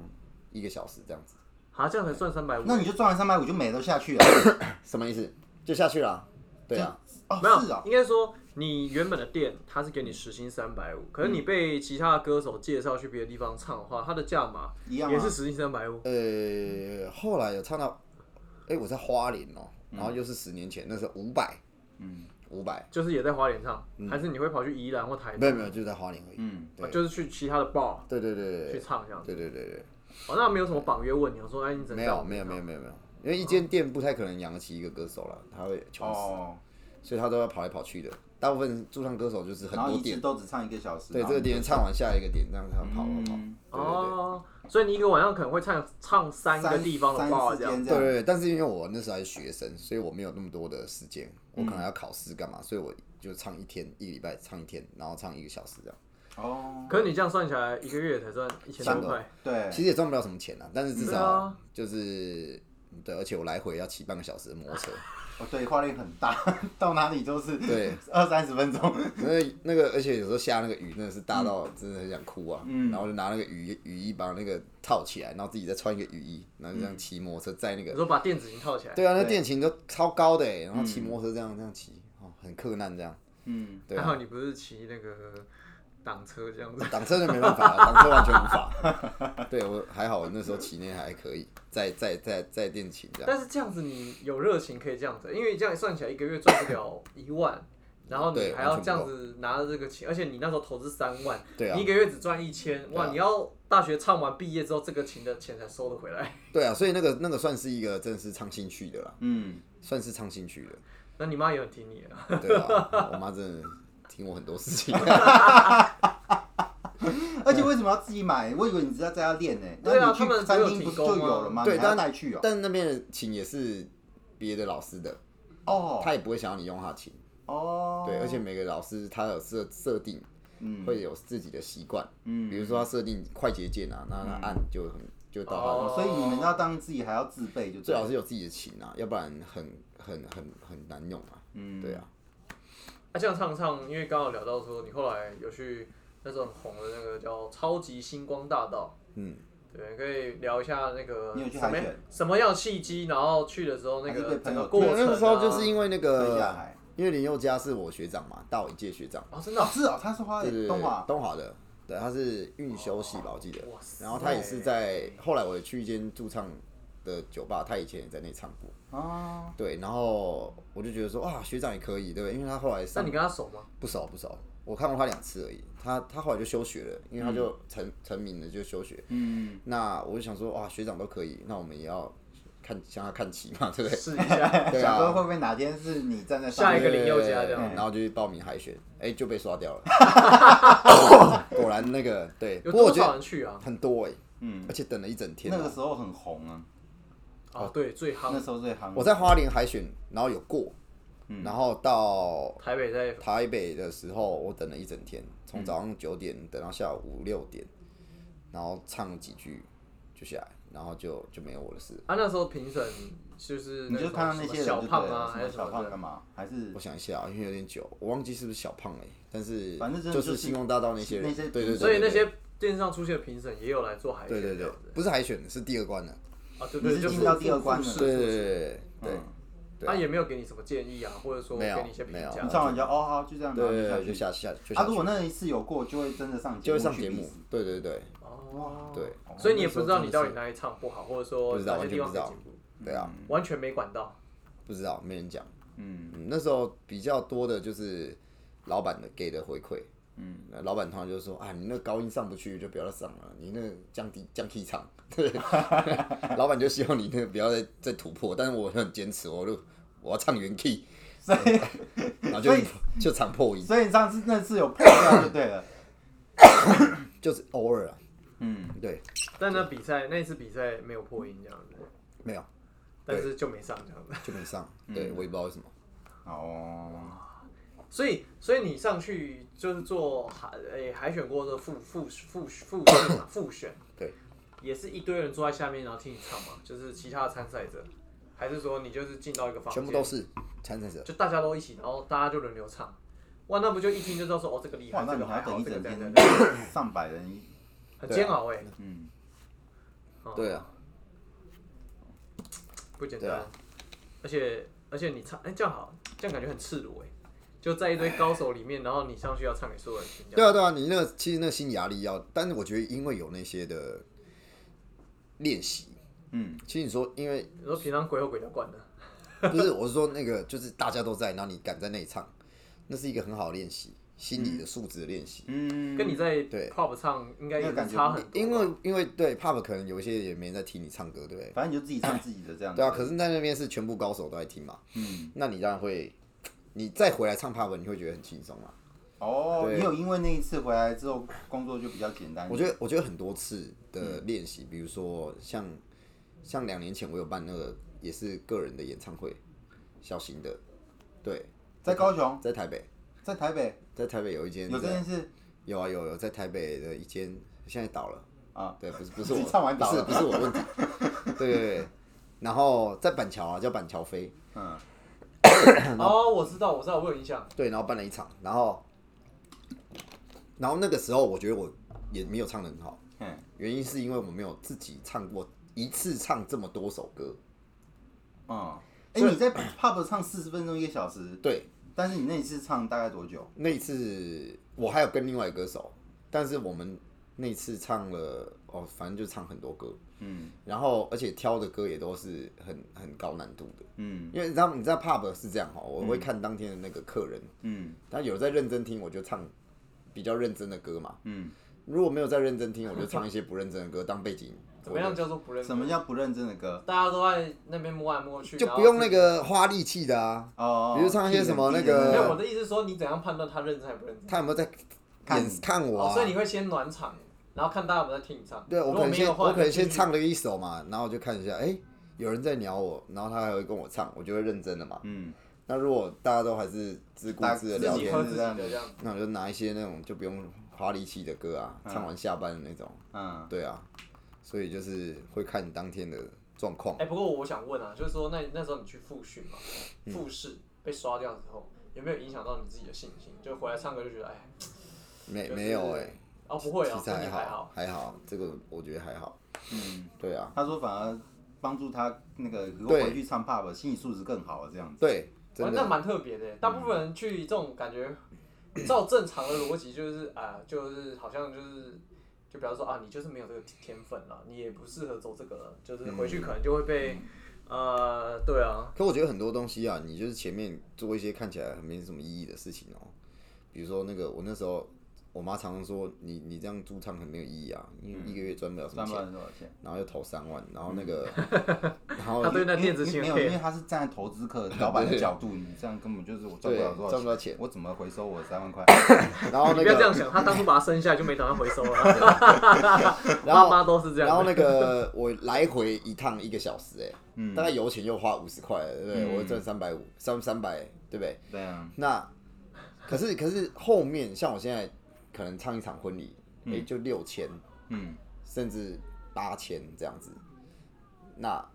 [SPEAKER 1] 一个小时这样子。
[SPEAKER 3] 啊，这样才算三百五。
[SPEAKER 2] 那你就赚了三百五就没了下去了，
[SPEAKER 1] 什么意思？就下去了啊？对啊，
[SPEAKER 2] 哦，
[SPEAKER 3] 没有
[SPEAKER 2] 是啊，
[SPEAKER 3] 应该说你原本的店它是给你时薪三百
[SPEAKER 1] 嗯
[SPEAKER 3] 五，可是你被其他的歌手介绍去别的地方唱的话，它的价码
[SPEAKER 2] 一样啊
[SPEAKER 3] 也是时薪三百五。
[SPEAKER 1] 呃，后来有唱到，哎、我在花莲哦、然后又是十年前，那时候五百，
[SPEAKER 2] 嗯
[SPEAKER 1] 五百，
[SPEAKER 3] 就是也在花莲唱，还是你会跑去宜兰或台
[SPEAKER 1] 嗯没有
[SPEAKER 3] 北，
[SPEAKER 1] 没有，就在花莲而已。
[SPEAKER 2] 嗯，
[SPEAKER 1] 对
[SPEAKER 3] 就是去其他的 bar
[SPEAKER 1] 对对对对
[SPEAKER 3] 去
[SPEAKER 1] 对
[SPEAKER 3] 唱这样子。
[SPEAKER 1] 对对对
[SPEAKER 3] 哦，那没有什么绑约问你，我说哎，你
[SPEAKER 1] 对，
[SPEAKER 3] 怎么
[SPEAKER 1] 没有没有没有没有没有，因为一间店不太可能养得起一个歌手了，他会穷死，
[SPEAKER 2] 哦，
[SPEAKER 1] 所以他都要跑来跑去的。大部分驻唱歌手就是很
[SPEAKER 2] 然后
[SPEAKER 1] 多
[SPEAKER 2] 一次
[SPEAKER 1] 点，
[SPEAKER 2] 都只唱一个小时，
[SPEAKER 1] 对
[SPEAKER 2] 然
[SPEAKER 1] 这
[SPEAKER 2] 后
[SPEAKER 1] 个点唱完下一个点，这样他跑跑跑。
[SPEAKER 2] 嗯
[SPEAKER 1] 对对对。
[SPEAKER 3] 哦，所以你一个晚上可能会唱唱三个
[SPEAKER 2] 三
[SPEAKER 3] 地方的
[SPEAKER 2] 三
[SPEAKER 3] bar
[SPEAKER 2] 四
[SPEAKER 3] 这样
[SPEAKER 2] 间。
[SPEAKER 1] 对对，对但是因为我那时候还是学生，所以我没有那么多的时间，我可能还要考试干
[SPEAKER 2] 嗯
[SPEAKER 1] 嘛，所以我就唱一天，一个礼拜唱一天，然后唱一个小时这样。
[SPEAKER 2] 哦，
[SPEAKER 3] 可是你这样算起来，一个月才赚一千多
[SPEAKER 1] 三
[SPEAKER 3] 块，
[SPEAKER 2] 对，
[SPEAKER 1] 其实也赚不了什么钱啊，但是至
[SPEAKER 3] 对
[SPEAKER 1] 少
[SPEAKER 3] 啊
[SPEAKER 1] 就是对，而且我来回要骑半个小时的摩托车，
[SPEAKER 2] 哦对，花莲很大，到哪里都是
[SPEAKER 1] 对，
[SPEAKER 2] 二三十分钟，
[SPEAKER 1] 那那个而且有时候下那个雨真的是大到真的很想哭啊，
[SPEAKER 2] 嗯
[SPEAKER 1] 然后就拿那个雨雨衣把那个套起来，然后自己再穿一个雨衣，然后就这样骑摩托车在那
[SPEAKER 3] 你
[SPEAKER 1] 个，
[SPEAKER 3] 说把电子琴套起来，
[SPEAKER 1] 对啊，那
[SPEAKER 2] 对
[SPEAKER 1] 电琴都超高的欸，然后骑摩托车这样这样骑，哦，很困难这样，
[SPEAKER 2] 嗯，
[SPEAKER 1] 对
[SPEAKER 3] 还
[SPEAKER 1] 啊
[SPEAKER 3] 好。你不是骑那个挡车这样子。
[SPEAKER 1] 挡车就没办法了，挡车完全无法。对我还好，我那时候骑那还可以，在在在在电琴这样。
[SPEAKER 3] 但是这样子你有热情可以这样子，因为这样算起来一个月赚不了一万，然后
[SPEAKER 1] 嗯
[SPEAKER 3] 你
[SPEAKER 1] 对
[SPEAKER 3] 还要
[SPEAKER 1] 完
[SPEAKER 3] 这
[SPEAKER 1] 全
[SPEAKER 3] 样
[SPEAKER 1] 不够
[SPEAKER 3] 子拿着这个钱，而且你那时候投资三万，
[SPEAKER 1] 对啊
[SPEAKER 3] 你一个月只赚一千，哇，
[SPEAKER 1] 对啊
[SPEAKER 3] 你要大学唱完毕业之后，这个琴的钱才收得回来。 (laughs)
[SPEAKER 1] 对啊，所以那个那个算是一个真的是唱兴趣的啦，
[SPEAKER 2] 嗯，
[SPEAKER 1] 算是唱兴趣的。
[SPEAKER 3] 那你妈也很挺你啊，
[SPEAKER 1] 对啊，我妈真的听我很多事情。
[SPEAKER 2] 而且为什么要自己买？我以为你只要在家练呢。那
[SPEAKER 3] 对啊
[SPEAKER 2] 你
[SPEAKER 3] 他们
[SPEAKER 2] 去餐
[SPEAKER 3] 只有
[SPEAKER 2] 厅不
[SPEAKER 3] 提
[SPEAKER 2] 是
[SPEAKER 3] 供
[SPEAKER 2] 就
[SPEAKER 3] 吗
[SPEAKER 2] 有了吗？
[SPEAKER 1] 对啊
[SPEAKER 2] 你还要
[SPEAKER 1] 但
[SPEAKER 2] 带去哦。
[SPEAKER 1] 但那边的琴也是别的老师的，
[SPEAKER 2] 哦
[SPEAKER 1] 他也不会想要你用他的琴。
[SPEAKER 2] 哦，
[SPEAKER 1] 对，而且每个老师他有设设定，
[SPEAKER 2] 嗯
[SPEAKER 1] 会有自己的习惯。
[SPEAKER 2] 嗯
[SPEAKER 1] 比如说他设定快捷键啊，那他按就很就到他的
[SPEAKER 2] 哦所以你们要当自己还要自备，就对
[SPEAKER 1] 最好
[SPEAKER 2] 了
[SPEAKER 1] 是有自己的琴啊，要不然很很很很难用啊。
[SPEAKER 2] 嗯
[SPEAKER 1] 对啊，
[SPEAKER 3] 那啊这样唱唱，因为刚好聊到说你后来有去那种红的那个叫超级星光大道，
[SPEAKER 1] 嗯，
[SPEAKER 3] 对，可以聊一下那个
[SPEAKER 2] 你有去
[SPEAKER 3] 什么
[SPEAKER 2] 海选
[SPEAKER 3] 什么样的契机，然后去的时候那
[SPEAKER 2] 还是被
[SPEAKER 3] 个整
[SPEAKER 2] 朋友
[SPEAKER 3] 个
[SPEAKER 2] 推
[SPEAKER 3] 过程、啊，
[SPEAKER 1] 那个时候就是因为那
[SPEAKER 2] 推下
[SPEAKER 1] 个
[SPEAKER 2] 海，
[SPEAKER 1] 因为林宥嘉是我学长嘛，大我一届学长，
[SPEAKER 3] 哦，真的
[SPEAKER 2] 哦
[SPEAKER 1] (laughs)
[SPEAKER 3] 哦、
[SPEAKER 2] 是哦，他是花
[SPEAKER 1] 对对对，
[SPEAKER 2] 莲东华，
[SPEAKER 1] 东华的，对，他是运修系吧，我记得
[SPEAKER 3] 哇。塞
[SPEAKER 1] 然后他也是在后来我去一间驻唱的酒吧，他以前也在那唱过，
[SPEAKER 2] 哦，
[SPEAKER 1] 对，然后我就觉得说哇，学长也可以，对不对？因为他后来
[SPEAKER 3] 那
[SPEAKER 1] 上
[SPEAKER 3] 你跟他熟吗？
[SPEAKER 1] 不熟不熟，我看过他两次而已，他他后来就休学了，因为他
[SPEAKER 3] 嗯
[SPEAKER 1] 就成、成名了就休学，
[SPEAKER 2] 嗯，
[SPEAKER 1] 那我就想说，哇，学长都可以，那我们也要看向他看齐嘛，对不 (laughs) 对？
[SPEAKER 3] 试一下，
[SPEAKER 1] 对
[SPEAKER 2] 小哥
[SPEAKER 1] 啊，
[SPEAKER 2] 会不会哪天是你站在
[SPEAKER 3] 下一个
[SPEAKER 2] 面
[SPEAKER 3] 林宥嘉这
[SPEAKER 1] 对
[SPEAKER 3] 样嗯
[SPEAKER 1] 然后就去报名海选，哎，就被刷掉了。
[SPEAKER 3] (laughs)
[SPEAKER 1] 果然那个对，
[SPEAKER 3] 有
[SPEAKER 1] 不过我
[SPEAKER 3] 多
[SPEAKER 1] 觉
[SPEAKER 3] 少
[SPEAKER 1] 得
[SPEAKER 3] 人去啊？
[SPEAKER 1] 很多哎，
[SPEAKER 2] 嗯
[SPEAKER 1] 而且等了一整天
[SPEAKER 2] 那个
[SPEAKER 1] 啊。
[SPEAKER 2] 时候很红啊，
[SPEAKER 3] 哦，对，最夯
[SPEAKER 2] 那时候最夯，
[SPEAKER 1] 我在花莲海选，然后有过，
[SPEAKER 2] 嗯
[SPEAKER 1] 然后到
[SPEAKER 3] 台北在
[SPEAKER 1] 台北的时候，我等了一整天，
[SPEAKER 2] 嗯
[SPEAKER 1] 从早上九点等到下午五六点，然后唱了几句就下来，然后就就没有我的事。
[SPEAKER 3] 啊他那时候评审就是
[SPEAKER 2] 你
[SPEAKER 3] 那
[SPEAKER 2] 就
[SPEAKER 3] 种
[SPEAKER 2] 看到那
[SPEAKER 3] 什么
[SPEAKER 2] 些人
[SPEAKER 3] 小
[SPEAKER 2] 就
[SPEAKER 3] 胖
[SPEAKER 2] 对了
[SPEAKER 3] 啊，
[SPEAKER 2] 什
[SPEAKER 3] 还
[SPEAKER 2] 么
[SPEAKER 3] 是什
[SPEAKER 2] 小
[SPEAKER 3] 么
[SPEAKER 2] 胖
[SPEAKER 3] 的
[SPEAKER 2] 干嘛？还是
[SPEAKER 1] 我想一下，因为有点久，我忘记是不是小胖哎、但是
[SPEAKER 2] 反正就
[SPEAKER 1] 就
[SPEAKER 2] 就是
[SPEAKER 1] 是星光大道那些人，
[SPEAKER 2] 那些
[SPEAKER 1] 对对对，
[SPEAKER 3] 所以那
[SPEAKER 1] 对
[SPEAKER 3] 些电视上出现的评审也有来做海选，
[SPEAKER 1] 对对
[SPEAKER 3] 这
[SPEAKER 1] 对
[SPEAKER 3] 样子，
[SPEAKER 1] 不是海选，是第二关的，
[SPEAKER 3] 啊，对
[SPEAKER 2] 你
[SPEAKER 3] 对，
[SPEAKER 2] 是
[SPEAKER 3] 就
[SPEAKER 2] 进
[SPEAKER 3] 复
[SPEAKER 2] 到第二关
[SPEAKER 3] 复
[SPEAKER 2] 了
[SPEAKER 3] 试
[SPEAKER 1] 对对对对对
[SPEAKER 2] 嗯
[SPEAKER 1] 对
[SPEAKER 3] 啊他也没有给你什么建议啊，或者说
[SPEAKER 1] 没有
[SPEAKER 3] 给你一些评
[SPEAKER 1] 没
[SPEAKER 3] 价啊
[SPEAKER 1] 有
[SPEAKER 2] 你。上完就哦好就这样，然后
[SPEAKER 1] 对对，
[SPEAKER 2] 就
[SPEAKER 1] 就
[SPEAKER 2] 下去。
[SPEAKER 1] 下下就
[SPEAKER 2] 他
[SPEAKER 1] 下
[SPEAKER 2] 如果
[SPEAKER 1] 去，
[SPEAKER 2] 那一次有过，就会真的
[SPEAKER 1] 就
[SPEAKER 2] 上节
[SPEAKER 1] 会
[SPEAKER 2] 目
[SPEAKER 1] 上
[SPEAKER 2] 去
[SPEAKER 1] 节
[SPEAKER 2] 比
[SPEAKER 1] 目
[SPEAKER 2] 试，
[SPEAKER 1] 对对对
[SPEAKER 3] 哦，
[SPEAKER 1] 对
[SPEAKER 3] 所以你也不知道你到底哪里唱不好，或者说
[SPEAKER 1] 不知道
[SPEAKER 3] 哪些地方可以
[SPEAKER 1] 完全
[SPEAKER 3] 进步，
[SPEAKER 1] 对啊，
[SPEAKER 3] 完全没管到。
[SPEAKER 1] 不知道没人讲。
[SPEAKER 2] 嗯，
[SPEAKER 1] 嗯，那时候比较多的就是老板的给的回馈，嗯，老板通常就说啊，你那高音上不去就不要再上了，你那个降低降 key 唱， (laughs) 对，
[SPEAKER 2] (laughs)
[SPEAKER 1] 老板就希望你那个不要再再突破，但是我很坚持，我就我要唱原 key，嗯
[SPEAKER 2] 所以
[SPEAKER 1] 然后就
[SPEAKER 2] 所以
[SPEAKER 1] 就唱破音，
[SPEAKER 2] 所以上次那次有破掉就对 (coughs) 了，
[SPEAKER 1] 就是偶尔啊，
[SPEAKER 2] 嗯，
[SPEAKER 1] 对，
[SPEAKER 3] 但那比赛那一次比赛没有破音这样子，
[SPEAKER 1] 没有
[SPEAKER 3] 但是就没上这样子。
[SPEAKER 1] 就没上，对
[SPEAKER 2] 嗯
[SPEAKER 1] 我也不知道为什么，
[SPEAKER 2] 哦，
[SPEAKER 3] 所以，所以你上去就是做海诶、海选过的复复复复选嘛，复选
[SPEAKER 1] 对，
[SPEAKER 3] 也是一堆人坐在下面，然后听你唱嘛，就是其他的参赛者，还是说你就是进到一个房间，
[SPEAKER 1] 全部都是参赛者，
[SPEAKER 3] 就大家都一起，然后大家就轮流唱，哇，那不就一听就知道说哦，这个厉
[SPEAKER 2] 哇，
[SPEAKER 3] 害，
[SPEAKER 2] 那
[SPEAKER 3] 这
[SPEAKER 2] 你
[SPEAKER 3] 个
[SPEAKER 2] 还要
[SPEAKER 3] 还
[SPEAKER 2] 等
[SPEAKER 3] 好，
[SPEAKER 2] 一
[SPEAKER 3] 这个
[SPEAKER 2] 整
[SPEAKER 3] 这样这
[SPEAKER 2] 天 (coughs)
[SPEAKER 3] 样这样，
[SPEAKER 2] 上百人，
[SPEAKER 3] 很煎熬哎、
[SPEAKER 2] 嗯，
[SPEAKER 3] 哦
[SPEAKER 1] 对啊，
[SPEAKER 3] 不简
[SPEAKER 1] 对
[SPEAKER 3] 单
[SPEAKER 1] 啊，
[SPEAKER 3] 而且而且你唱哎、这样好，这样感觉很赤裸哎、就在一堆高手里面，然后你上去要唱给所有人听，这
[SPEAKER 1] 对
[SPEAKER 3] 样
[SPEAKER 1] 啊，对啊，你那个其实那个心理压力要，但是我觉得因为有那些的练习，
[SPEAKER 2] 嗯，
[SPEAKER 1] 其实你说因为。
[SPEAKER 3] 你说平常鬼吼鬼叫惯的，
[SPEAKER 1] 不是，我是说那个，就是大家都在，然后你敢在那里唱，那是一个很好的练习，心理的素质的练习。
[SPEAKER 2] 嗯，
[SPEAKER 3] 跟你在
[SPEAKER 1] 对
[SPEAKER 3] pop 唱应该也
[SPEAKER 2] 那感
[SPEAKER 3] 是
[SPEAKER 2] 觉
[SPEAKER 3] 差很多吧，
[SPEAKER 1] 因
[SPEAKER 3] (clears throat)
[SPEAKER 1] 为因为对 pub 可能有一些也没人在听你唱歌，对不对？
[SPEAKER 2] 啊反正你就自己唱自己的这样，
[SPEAKER 1] 对啊，可是在那边是全部高手都在听嘛，
[SPEAKER 2] 嗯，
[SPEAKER 1] 那你当然会，你再回来唱 pub，你会觉得很轻松啊。
[SPEAKER 2] 哦，
[SPEAKER 1] 对
[SPEAKER 2] 你有因为那一次回来之后工作就比较简单一点，
[SPEAKER 1] 我觉得我觉得很多次的
[SPEAKER 2] 嗯
[SPEAKER 1] 练习，比如说像像两年前我有办那个也是个人的演唱会，小型的，对，
[SPEAKER 2] 在高雄，
[SPEAKER 1] 在台北，
[SPEAKER 2] 在台北
[SPEAKER 1] 在台北有一间
[SPEAKER 2] 有这
[SPEAKER 1] 在
[SPEAKER 2] 件事
[SPEAKER 1] 有啊有有，在台北的一间现在倒了
[SPEAKER 2] 啊，
[SPEAKER 1] 对，不是不是
[SPEAKER 2] (laughs) 你
[SPEAKER 1] 我，
[SPEAKER 2] 唱完
[SPEAKER 1] 不
[SPEAKER 2] 倒
[SPEAKER 1] 是
[SPEAKER 2] 了
[SPEAKER 1] 不是我
[SPEAKER 2] (laughs)
[SPEAKER 1] 问题，对对对。然后在板桥啊，叫板桥飞，
[SPEAKER 2] 嗯，
[SPEAKER 3] 哦，我知道，我知道，我有印象。
[SPEAKER 1] 对，然后办了一场，然后然后那个时候我觉得我也没有唱的很好，
[SPEAKER 2] 嗯，
[SPEAKER 1] 原因是因为我没有自己唱过一次唱这么多首歌，
[SPEAKER 2] 嗯，哎，你在 pub 唱四十分钟一个小时，
[SPEAKER 1] 对，
[SPEAKER 2] 但是你那一次唱大概多久？
[SPEAKER 1] 那一次我还有跟另外一个歌手，但是我们那一次唱了哦，反正就唱很多歌，
[SPEAKER 2] 嗯
[SPEAKER 1] 然后而且挑的歌也都是很很高难度的，
[SPEAKER 2] 嗯
[SPEAKER 1] 因为你知道你知道 pub 是这样哈，哦我会看当天的那个客人
[SPEAKER 2] 嗯
[SPEAKER 1] 他有在认真听，我就唱比较认真的歌嘛。
[SPEAKER 2] 嗯，
[SPEAKER 1] 如果没有在认真听，我就唱一些不认真的歌当背景。
[SPEAKER 3] 怎么样叫做不认？
[SPEAKER 2] 什么？叫不认真的歌？
[SPEAKER 3] 大家都在那边摸来摸去，
[SPEAKER 1] 就
[SPEAKER 3] 然后
[SPEAKER 1] 不用那个花力气的啊。
[SPEAKER 2] 哦，
[SPEAKER 1] 比如唱一些什么那个
[SPEAKER 3] 自己。没有，
[SPEAKER 2] 呃
[SPEAKER 3] 我的意思是说，你怎样判断他认真还不认真？
[SPEAKER 1] 他有没有在
[SPEAKER 2] 看
[SPEAKER 1] 眼看我
[SPEAKER 3] 哦，
[SPEAKER 1] 啊
[SPEAKER 3] 所？以你会先暖场，然后看大家有没有在听你唱。
[SPEAKER 1] 对，我
[SPEAKER 3] 如
[SPEAKER 1] 可
[SPEAKER 3] 果
[SPEAKER 1] 能
[SPEAKER 3] 没有
[SPEAKER 1] 先
[SPEAKER 3] 的话，
[SPEAKER 1] 我可能
[SPEAKER 3] 你就继
[SPEAKER 1] 先
[SPEAKER 3] 续。
[SPEAKER 1] 唱了一首嘛，然后我就看一下，哎，有人在鸟我，然后他还会跟我唱，我就会认真了嘛。
[SPEAKER 2] 嗯，
[SPEAKER 1] 那如果大家都还是自顾自的
[SPEAKER 3] 自
[SPEAKER 1] 聊
[SPEAKER 3] 己
[SPEAKER 1] 天
[SPEAKER 3] 喝，
[SPEAKER 2] 自
[SPEAKER 3] 自己
[SPEAKER 2] 己聊
[SPEAKER 3] 的
[SPEAKER 2] 天
[SPEAKER 3] 这样。
[SPEAKER 1] 那我就拿一些那种就不用花力气的歌啊，唱完下班的那种。
[SPEAKER 2] 嗯，
[SPEAKER 1] 对啊，所以就是会看当天的状况。
[SPEAKER 3] 哎，不过我想问啊，就是说那那时候你去复训嘛，
[SPEAKER 1] 嗯
[SPEAKER 3] 复试被刷掉之后，有没有影响到你自己的信心？就回来唱歌就觉得，哎，
[SPEAKER 1] 没
[SPEAKER 3] 就是
[SPEAKER 1] 没有哎、
[SPEAKER 3] 哦不会啊，
[SPEAKER 1] 其实
[SPEAKER 3] 身体
[SPEAKER 1] 还
[SPEAKER 3] 还
[SPEAKER 1] 好，。还好，这个我觉得还好。嗯，对啊，
[SPEAKER 2] 他说反而帮助他那个如果回去唱 pub，心理素质更好了这样子。
[SPEAKER 1] 对，
[SPEAKER 3] 哇
[SPEAKER 1] 真
[SPEAKER 3] 那
[SPEAKER 1] 的，
[SPEAKER 3] 蛮特别的，大部分人去这种感觉，照正常的逻辑就是啊、就是好像就是，就比方说啊，你就是没有这个天分了，你也不适合走这个了，就是回去可能就会被，呃，对啊，
[SPEAKER 1] 可我觉得很多东西啊，你就是前面做一些看起来很没什么意义的事情哦、比如说那个，我那时候我妈常常说你你这样驻唱很没有意义啊，因为一个月赚不了什么
[SPEAKER 2] 赚
[SPEAKER 1] 钱，
[SPEAKER 2] 不了多少钱？
[SPEAKER 1] 然后又投三万，然后那个， (laughs) 然后
[SPEAKER 3] 嗯他对那电子
[SPEAKER 2] 因
[SPEAKER 3] 琴
[SPEAKER 2] 为没
[SPEAKER 3] 很
[SPEAKER 2] 有，因
[SPEAKER 3] care
[SPEAKER 2] 为他是站在投资客
[SPEAKER 1] (laughs)
[SPEAKER 2] 老板的角度，你这样根本就是我赚
[SPEAKER 1] 对
[SPEAKER 2] 不了多少
[SPEAKER 1] 赚
[SPEAKER 2] 钱，
[SPEAKER 1] 不到钱，
[SPEAKER 2] 我怎么回收我三万
[SPEAKER 1] (coughs)
[SPEAKER 2] 块？
[SPEAKER 1] 然后那
[SPEAKER 3] 你 (laughs) 不要这样
[SPEAKER 1] 个，
[SPEAKER 3] 想，他当初把他生下来就没打算回收
[SPEAKER 1] (laughs)
[SPEAKER 3] 了，
[SPEAKER 1] 然
[SPEAKER 3] 爸
[SPEAKER 1] 后
[SPEAKER 3] 妈都是这
[SPEAKER 1] 然后那
[SPEAKER 3] 样的。
[SPEAKER 1] 个我来回一趟一个小时、哎、
[SPEAKER 2] 嗯
[SPEAKER 1] 大概油钱又花五十块了，对不对？
[SPEAKER 2] 嗯
[SPEAKER 1] 我赚三百五，三三百，对不对？
[SPEAKER 2] 对啊，
[SPEAKER 1] 那可是可是后面像我现在可
[SPEAKER 3] 嗯
[SPEAKER 1] 能唱一场婚礼，哎、就六千
[SPEAKER 2] 嗯
[SPEAKER 1] 甚至八千这样子，那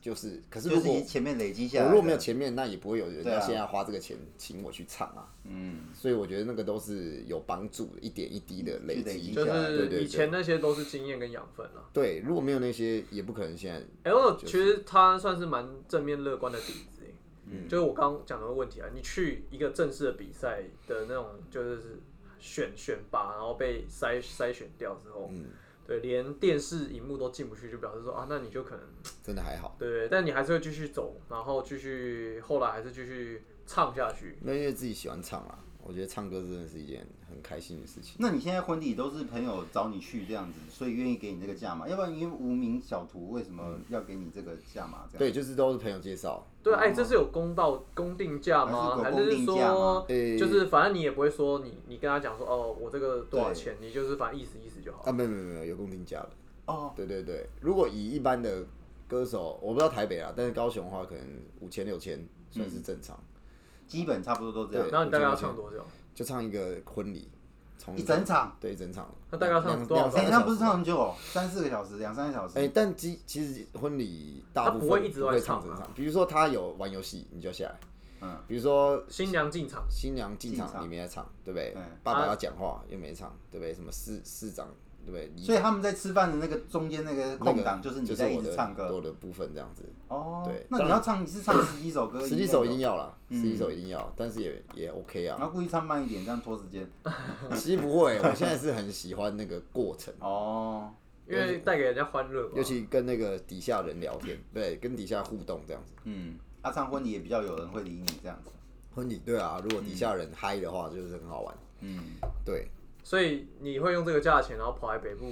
[SPEAKER 1] 就是可是
[SPEAKER 2] 就
[SPEAKER 1] 如
[SPEAKER 2] 是
[SPEAKER 1] 果
[SPEAKER 2] 以前面累积下来
[SPEAKER 1] 我
[SPEAKER 2] 的，
[SPEAKER 1] 如果没有前面，那也不会有人
[SPEAKER 2] 对啊
[SPEAKER 1] 要现在花这个钱请我去唱啊。
[SPEAKER 2] 嗯，
[SPEAKER 1] 所以我觉得那个都是有帮助的，一点一滴的累
[SPEAKER 2] 累
[SPEAKER 1] 积
[SPEAKER 2] 积
[SPEAKER 1] 下
[SPEAKER 3] 就
[SPEAKER 1] 来。对对
[SPEAKER 3] 是
[SPEAKER 1] 对
[SPEAKER 3] 以前那些都是经验跟养分啊。
[SPEAKER 1] 对，如果没有那些，也不可能现在。
[SPEAKER 3] 哎、我
[SPEAKER 1] 就是
[SPEAKER 3] 其实他算是蛮正面乐观的底子、欸，
[SPEAKER 2] 嗯
[SPEAKER 3] 就是我刚刚讲的问题啊，你去一个正式的比赛的那种，就是选选拔，然后被筛筛选掉之后，
[SPEAKER 2] 嗯
[SPEAKER 3] 对，连电视荧幕都进不去，就表示说啊，那你就可能
[SPEAKER 1] 真的还好。
[SPEAKER 3] 对，但你还是会继续走，然后继续后来还是继续唱下去。
[SPEAKER 1] 那因为自己喜欢唱啊，我觉得唱歌真的是一件很开心的事情。
[SPEAKER 2] 那你现在婚礼都是朋友找你去这样子，所以愿意给你这个价嘛？要不然因为无名小图为什么要给你这个价码？
[SPEAKER 1] 嗯
[SPEAKER 2] 这样
[SPEAKER 1] 对，就是都是朋友介绍，
[SPEAKER 3] 对，哎、这是有公道公定价吗？
[SPEAKER 2] 哦还
[SPEAKER 3] 还
[SPEAKER 2] 是有公
[SPEAKER 3] 是
[SPEAKER 2] 定价吗
[SPEAKER 3] 说，
[SPEAKER 1] 诶
[SPEAKER 3] 就是反正你也不会说你你跟他讲说哦，我这个多少
[SPEAKER 2] 对
[SPEAKER 3] 钱，你就是反正意思意思就好。
[SPEAKER 1] 啊，没有没有没有，有公定价的。
[SPEAKER 2] 哦，
[SPEAKER 1] 对对对，如果以一般的歌手，我不知道台北啊，但是高雄的话，可能五千六千算是正常，
[SPEAKER 2] 基本差不多都这
[SPEAKER 1] 对
[SPEAKER 2] 样，
[SPEAKER 3] 然后你大概要唱多久？
[SPEAKER 1] 就唱一个婚礼，从
[SPEAKER 2] 一整场。
[SPEAKER 1] 对一整场。
[SPEAKER 3] 那大概要唱
[SPEAKER 1] 两
[SPEAKER 3] 多少
[SPEAKER 1] 两
[SPEAKER 2] 哎、
[SPEAKER 1] 三个
[SPEAKER 2] 那
[SPEAKER 1] 小
[SPEAKER 2] 不是
[SPEAKER 1] 时
[SPEAKER 2] 唱很久、哦，三四个小时，两三个小时。
[SPEAKER 1] 哎、但其其实婚礼大部分
[SPEAKER 3] 他不会一直都在
[SPEAKER 1] 不会
[SPEAKER 3] 唱
[SPEAKER 1] 唱
[SPEAKER 3] 啊
[SPEAKER 1] 整场，比如说他有玩游戏，你就要下来；
[SPEAKER 2] 嗯，
[SPEAKER 1] 比如说
[SPEAKER 3] 新娘进场，
[SPEAKER 1] 新娘进
[SPEAKER 2] 进场
[SPEAKER 1] 场，你没在唱，对不对
[SPEAKER 2] 嗯？
[SPEAKER 1] 爸爸
[SPEAKER 3] 啊
[SPEAKER 1] 要讲话又没唱，对不对？什么市市长，对不对？你
[SPEAKER 2] 所以他们在吃饭的那个中间那个
[SPEAKER 1] 嗯那
[SPEAKER 2] 空
[SPEAKER 1] 个
[SPEAKER 2] 档，就是你
[SPEAKER 1] 就
[SPEAKER 2] 在
[SPEAKER 1] 是
[SPEAKER 2] 一
[SPEAKER 1] 我
[SPEAKER 2] 直
[SPEAKER 1] 的
[SPEAKER 2] 唱
[SPEAKER 1] 我
[SPEAKER 2] 歌。
[SPEAKER 1] 的部分这样子。
[SPEAKER 2] 哦，
[SPEAKER 1] 对
[SPEAKER 2] 那你要唱，你是唱十几首歌，
[SPEAKER 1] 十几首一定
[SPEAKER 2] 应该有。
[SPEAKER 1] 要啦，十几首一定要，但是也也 OK
[SPEAKER 2] 哦然
[SPEAKER 1] 啊。
[SPEAKER 2] 后 (laughs) 故意唱慢一点，这样拖时间。
[SPEAKER 1] 其实不会，我现在是很喜欢那个过程，
[SPEAKER 2] 哦，
[SPEAKER 3] 因为带给人家欢乐嘛。
[SPEAKER 1] 尤其跟那个底下人聊天，对，跟底下互动这样子。
[SPEAKER 2] 嗯，啊，唱婚礼也比较有人会理你这样子。
[SPEAKER 1] 婚礼对啊，如果底下人嗨的话，就是很好玩。
[SPEAKER 2] 嗯，
[SPEAKER 1] 对，
[SPEAKER 3] 所以你会用这个价钱，然后跑来北部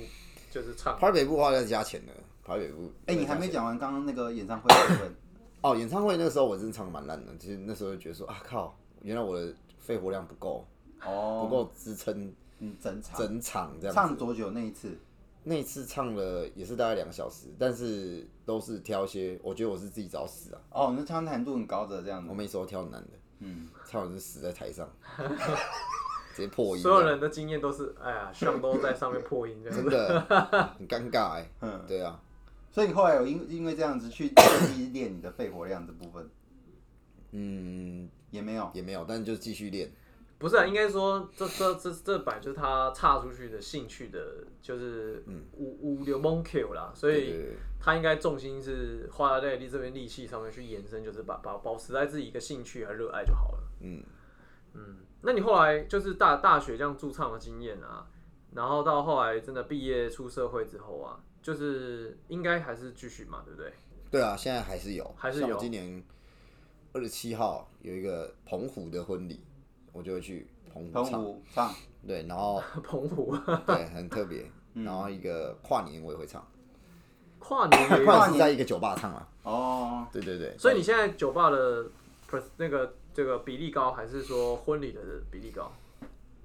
[SPEAKER 3] 就是唱。
[SPEAKER 1] 台北部的话要加钱的，台北部。
[SPEAKER 2] 哎、你还没讲完刚刚那个演唱会的部分。
[SPEAKER 1] 哦，演唱会那时候我真的唱得蛮烂的，其实那时候就觉得说啊靠，原来我的肺活量不够，
[SPEAKER 2] 哦，
[SPEAKER 1] 不够支撑
[SPEAKER 2] 嗯，整场
[SPEAKER 1] 整场这样子。
[SPEAKER 2] 唱多久那一次？
[SPEAKER 1] 那一次唱了也是大概两个小时，但是都是挑一些，我觉得我是自己找死啊，
[SPEAKER 2] 哦，那唱难度很高的这样
[SPEAKER 1] 我
[SPEAKER 2] 子。
[SPEAKER 1] 每首都挑难的，
[SPEAKER 2] 嗯，
[SPEAKER 1] 唱完就死在台上，直接破音，
[SPEAKER 3] 所有人的经验都是，哎呀，像都在上面破音这
[SPEAKER 1] (laughs)
[SPEAKER 3] 样
[SPEAKER 1] 真
[SPEAKER 3] 子。
[SPEAKER 1] 的很尴尬哎、
[SPEAKER 2] 嗯
[SPEAKER 1] 对啊，
[SPEAKER 2] 所以你后来有因因为这样子去刻意练你的肺活量这部分
[SPEAKER 1] 嗯，
[SPEAKER 2] 也没有。
[SPEAKER 1] 也没有，但就继续练，
[SPEAKER 3] 不是啊，应该说这这这这版就是他岔出去的兴趣的，就是五五流 m o n k 啦，所
[SPEAKER 1] 嗯对
[SPEAKER 3] 以
[SPEAKER 1] 对对
[SPEAKER 3] 他应该重心是花在力这边力气上面去延伸，就是把把保持在自己一个兴趣和热爱就好了。
[SPEAKER 1] 嗯，
[SPEAKER 3] 嗯，那你后来就是大大学这样驻唱的经验啊，然后到后来真的毕业出社会之后啊，就是应该还是继续嘛，对不 (laughs) 对？
[SPEAKER 1] 对啊，现在还是有，
[SPEAKER 3] 还是
[SPEAKER 1] 像我
[SPEAKER 3] 有
[SPEAKER 1] 今年二十七号有一个澎湖的婚礼，我就会去澎湖
[SPEAKER 2] 澎
[SPEAKER 1] 唱，
[SPEAKER 2] 湖唱，
[SPEAKER 1] 对，然
[SPEAKER 3] (laughs)
[SPEAKER 1] 后
[SPEAKER 3] 澎湖
[SPEAKER 1] 对，很特别，然后一个跨年我也会唱，
[SPEAKER 3] 跨年也
[SPEAKER 1] 跨
[SPEAKER 3] 有，
[SPEAKER 1] 年是在一个酒吧唱啊，
[SPEAKER 2] 哦，
[SPEAKER 1] 对对对，
[SPEAKER 3] 所以你现在酒吧的 per- 那个这个比例高，还是说婚礼的比例高？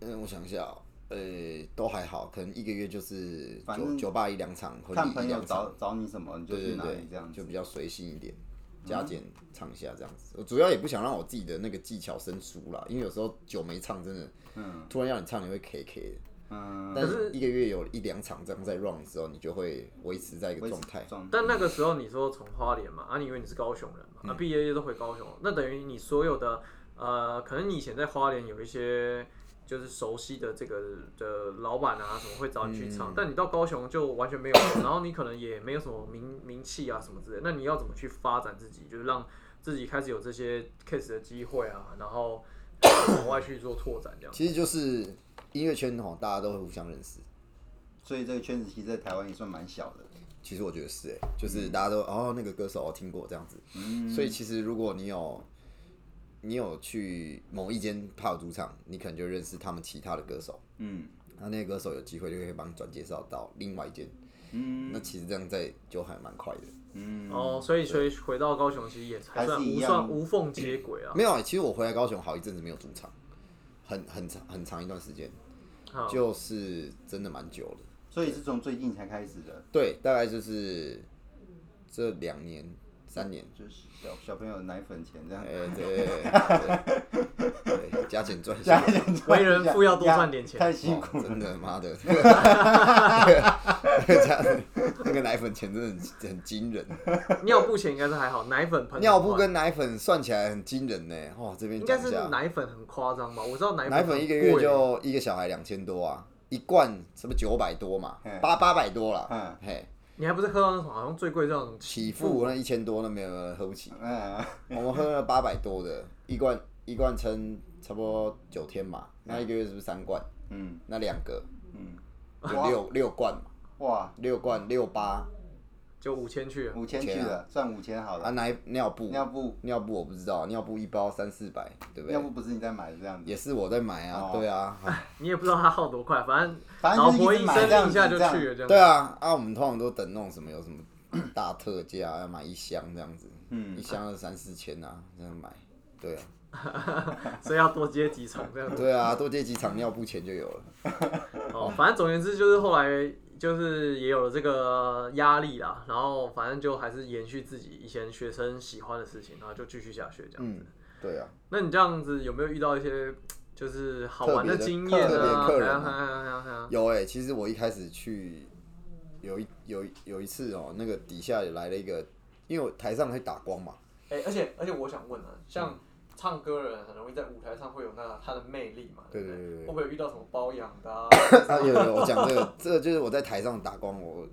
[SPEAKER 1] 嗯，我想一下、哦，呃、都还好，可能一个月就是
[SPEAKER 2] 反
[SPEAKER 1] 酒
[SPEAKER 2] 正
[SPEAKER 1] 酒吧一两场，婚
[SPEAKER 2] 看
[SPEAKER 1] 礼一
[SPEAKER 2] 朋友
[SPEAKER 1] 两
[SPEAKER 2] 找
[SPEAKER 1] 场，
[SPEAKER 2] 找你什么，你就
[SPEAKER 1] 对
[SPEAKER 2] 去
[SPEAKER 1] 对
[SPEAKER 2] 哪
[SPEAKER 1] 对
[SPEAKER 2] 里，这样子
[SPEAKER 1] 就。比较随性一点，加减唱一下这样子。我主要也不想让我自己的那个技巧生疏啦，因为有时候久没唱，真的
[SPEAKER 2] 嗯
[SPEAKER 1] 突然要你唱，你会 K K 的。
[SPEAKER 2] 嗯，
[SPEAKER 1] 但是一个月有一两场这样在 run 之后，你就会维持在一个
[SPEAKER 2] 维持
[SPEAKER 1] 状态。
[SPEAKER 2] 状态。
[SPEAKER 3] 但那个时候你说从花莲嘛，啊，你以为你是高雄人
[SPEAKER 2] 嗯
[SPEAKER 3] 嘛，啊，毕业都回高雄，那等于你所有的呃，可能你以前在花莲有一些就是熟悉的这个的老板啊什么会找你去
[SPEAKER 2] 嗯
[SPEAKER 3] 唱，但你到高雄就完全没有， (coughs) 然后你可能也没有什么名名气啊什么之类的，那你要怎么去发展自己，就是让自己开始有这些 case 的机会啊，然后往外去做拓展这样。
[SPEAKER 1] 其实就是音乐圈哦，大家都会互相认识。
[SPEAKER 2] 所以这个圈子其实在台湾也算蛮小的。
[SPEAKER 1] 其实我觉得是、欸，
[SPEAKER 2] 嗯
[SPEAKER 1] 就是大家都、哦那个歌手我听过这样子，所以其实如果你有你有去某一间泡主场，你可能就认识他们其他的歌手，
[SPEAKER 2] 嗯
[SPEAKER 1] 那那些歌手有机会就可以帮你转介绍到另外一间，
[SPEAKER 2] 嗯
[SPEAKER 1] 那其实这样在就还蛮快的。
[SPEAKER 2] (coughs) 嗯，
[SPEAKER 3] 哦，所以所以回到高雄其实也还算
[SPEAKER 2] 还是
[SPEAKER 3] 无
[SPEAKER 2] 一样
[SPEAKER 3] 算无缝接轨啊。
[SPEAKER 1] 没有、欸，其实我回来高雄好一阵子没有主场，很很长很长一段时间，
[SPEAKER 3] 好
[SPEAKER 1] 就是真的蛮久了。
[SPEAKER 2] 所以是从最近才开始的。
[SPEAKER 1] 对，大概就是这两年三年，
[SPEAKER 2] 就是小小朋友奶粉钱这样 (laughs)
[SPEAKER 1] 哎、，对对对，对加减赚一下，
[SPEAKER 3] 为人父要多赚点钱
[SPEAKER 2] 太辛苦
[SPEAKER 1] 哇哦真的妈
[SPEAKER 3] (laughs)
[SPEAKER 1] 的，加那个奶粉钱真的很很惊人，
[SPEAKER 3] 尿布钱应该是还好，奶粉喷
[SPEAKER 1] 尿布跟奶粉算起来很惊人呢，哇，这边
[SPEAKER 3] 应
[SPEAKER 1] 讲
[SPEAKER 3] 该
[SPEAKER 1] 一
[SPEAKER 3] 是
[SPEAKER 1] 下
[SPEAKER 3] 奶粉很夸张吧？我知道奶
[SPEAKER 1] 奶
[SPEAKER 3] 粉
[SPEAKER 1] 粉
[SPEAKER 3] 很
[SPEAKER 1] 一个月
[SPEAKER 3] 贵
[SPEAKER 1] 就一个小孩两千多啊，一罐什么九百多嘛
[SPEAKER 2] 嗯，
[SPEAKER 1] 八八百多啦
[SPEAKER 2] 嗯，
[SPEAKER 1] 嘿，
[SPEAKER 3] 你还不是喝到那种好像最贵这种
[SPEAKER 1] 起付那一千多那没有人喝不起，
[SPEAKER 2] 嗯，
[SPEAKER 1] 我们喝了八百多的，一罐一罐撑差不多九天嘛，那一个月是不是三罐？
[SPEAKER 2] 嗯
[SPEAKER 1] 那两个
[SPEAKER 2] 嗯，
[SPEAKER 1] 就六六罐嘛，
[SPEAKER 2] 哇，
[SPEAKER 1] 六罐六八
[SPEAKER 3] 就五千去了，
[SPEAKER 2] 五千去了，算五千好
[SPEAKER 1] 啊，
[SPEAKER 2] 了。
[SPEAKER 1] 奶尿布
[SPEAKER 2] 尿布
[SPEAKER 1] 尿布我不知道，尿布一包三四百，对不
[SPEAKER 2] 要
[SPEAKER 1] 对？
[SPEAKER 2] 不不是你在买这样子，
[SPEAKER 1] 也是我在买啊，
[SPEAKER 2] 哦
[SPEAKER 1] 对啊，
[SPEAKER 2] (laughs)
[SPEAKER 3] 你也不知道它耗多快，反正
[SPEAKER 2] 反
[SPEAKER 3] 老
[SPEAKER 2] 正就
[SPEAKER 3] 婆
[SPEAKER 2] 是一
[SPEAKER 3] 一
[SPEAKER 2] 直买这
[SPEAKER 3] 生
[SPEAKER 2] 样
[SPEAKER 3] 一
[SPEAKER 2] 子
[SPEAKER 3] 下就
[SPEAKER 2] 这样
[SPEAKER 3] 去了这样。
[SPEAKER 1] 对啊，啊，我们通常都等那种什么有什么大特价，要买一箱这样子，
[SPEAKER 2] 嗯
[SPEAKER 1] 一箱二三四千啊，这样买，对啊，
[SPEAKER 3] (laughs) 所以要多接几场这样子。
[SPEAKER 1] 对啊，多借几场尿布钱就有了，
[SPEAKER 3] 哦，反正总而言之就是后来就是也有了这个压力啦，然后反正就还是延续自己以前学生喜欢的事情，然后就继续下学这样子。
[SPEAKER 1] 嗯，对啊，
[SPEAKER 3] 那你这样子有没有遇到一些就是好玩
[SPEAKER 1] 特别的
[SPEAKER 3] 经验啊？
[SPEAKER 1] 特别的客人
[SPEAKER 3] 啊
[SPEAKER 1] 啊
[SPEAKER 3] 啊啊啊！
[SPEAKER 1] 有哎、其实我一开始去有一有一有一次哦、那个底下也来了一个，因为我台上会打光嘛，
[SPEAKER 3] 哎、而且而且我想问啊，
[SPEAKER 1] 嗯
[SPEAKER 3] 像唱歌的人很容易在舞台上会有那他的魅力嘛，
[SPEAKER 1] 对
[SPEAKER 3] 不
[SPEAKER 1] 对对对
[SPEAKER 3] 会不会有遇到什么包养的、啊？
[SPEAKER 1] 啊，有有，我讲这个，这个就是我在台上打光，我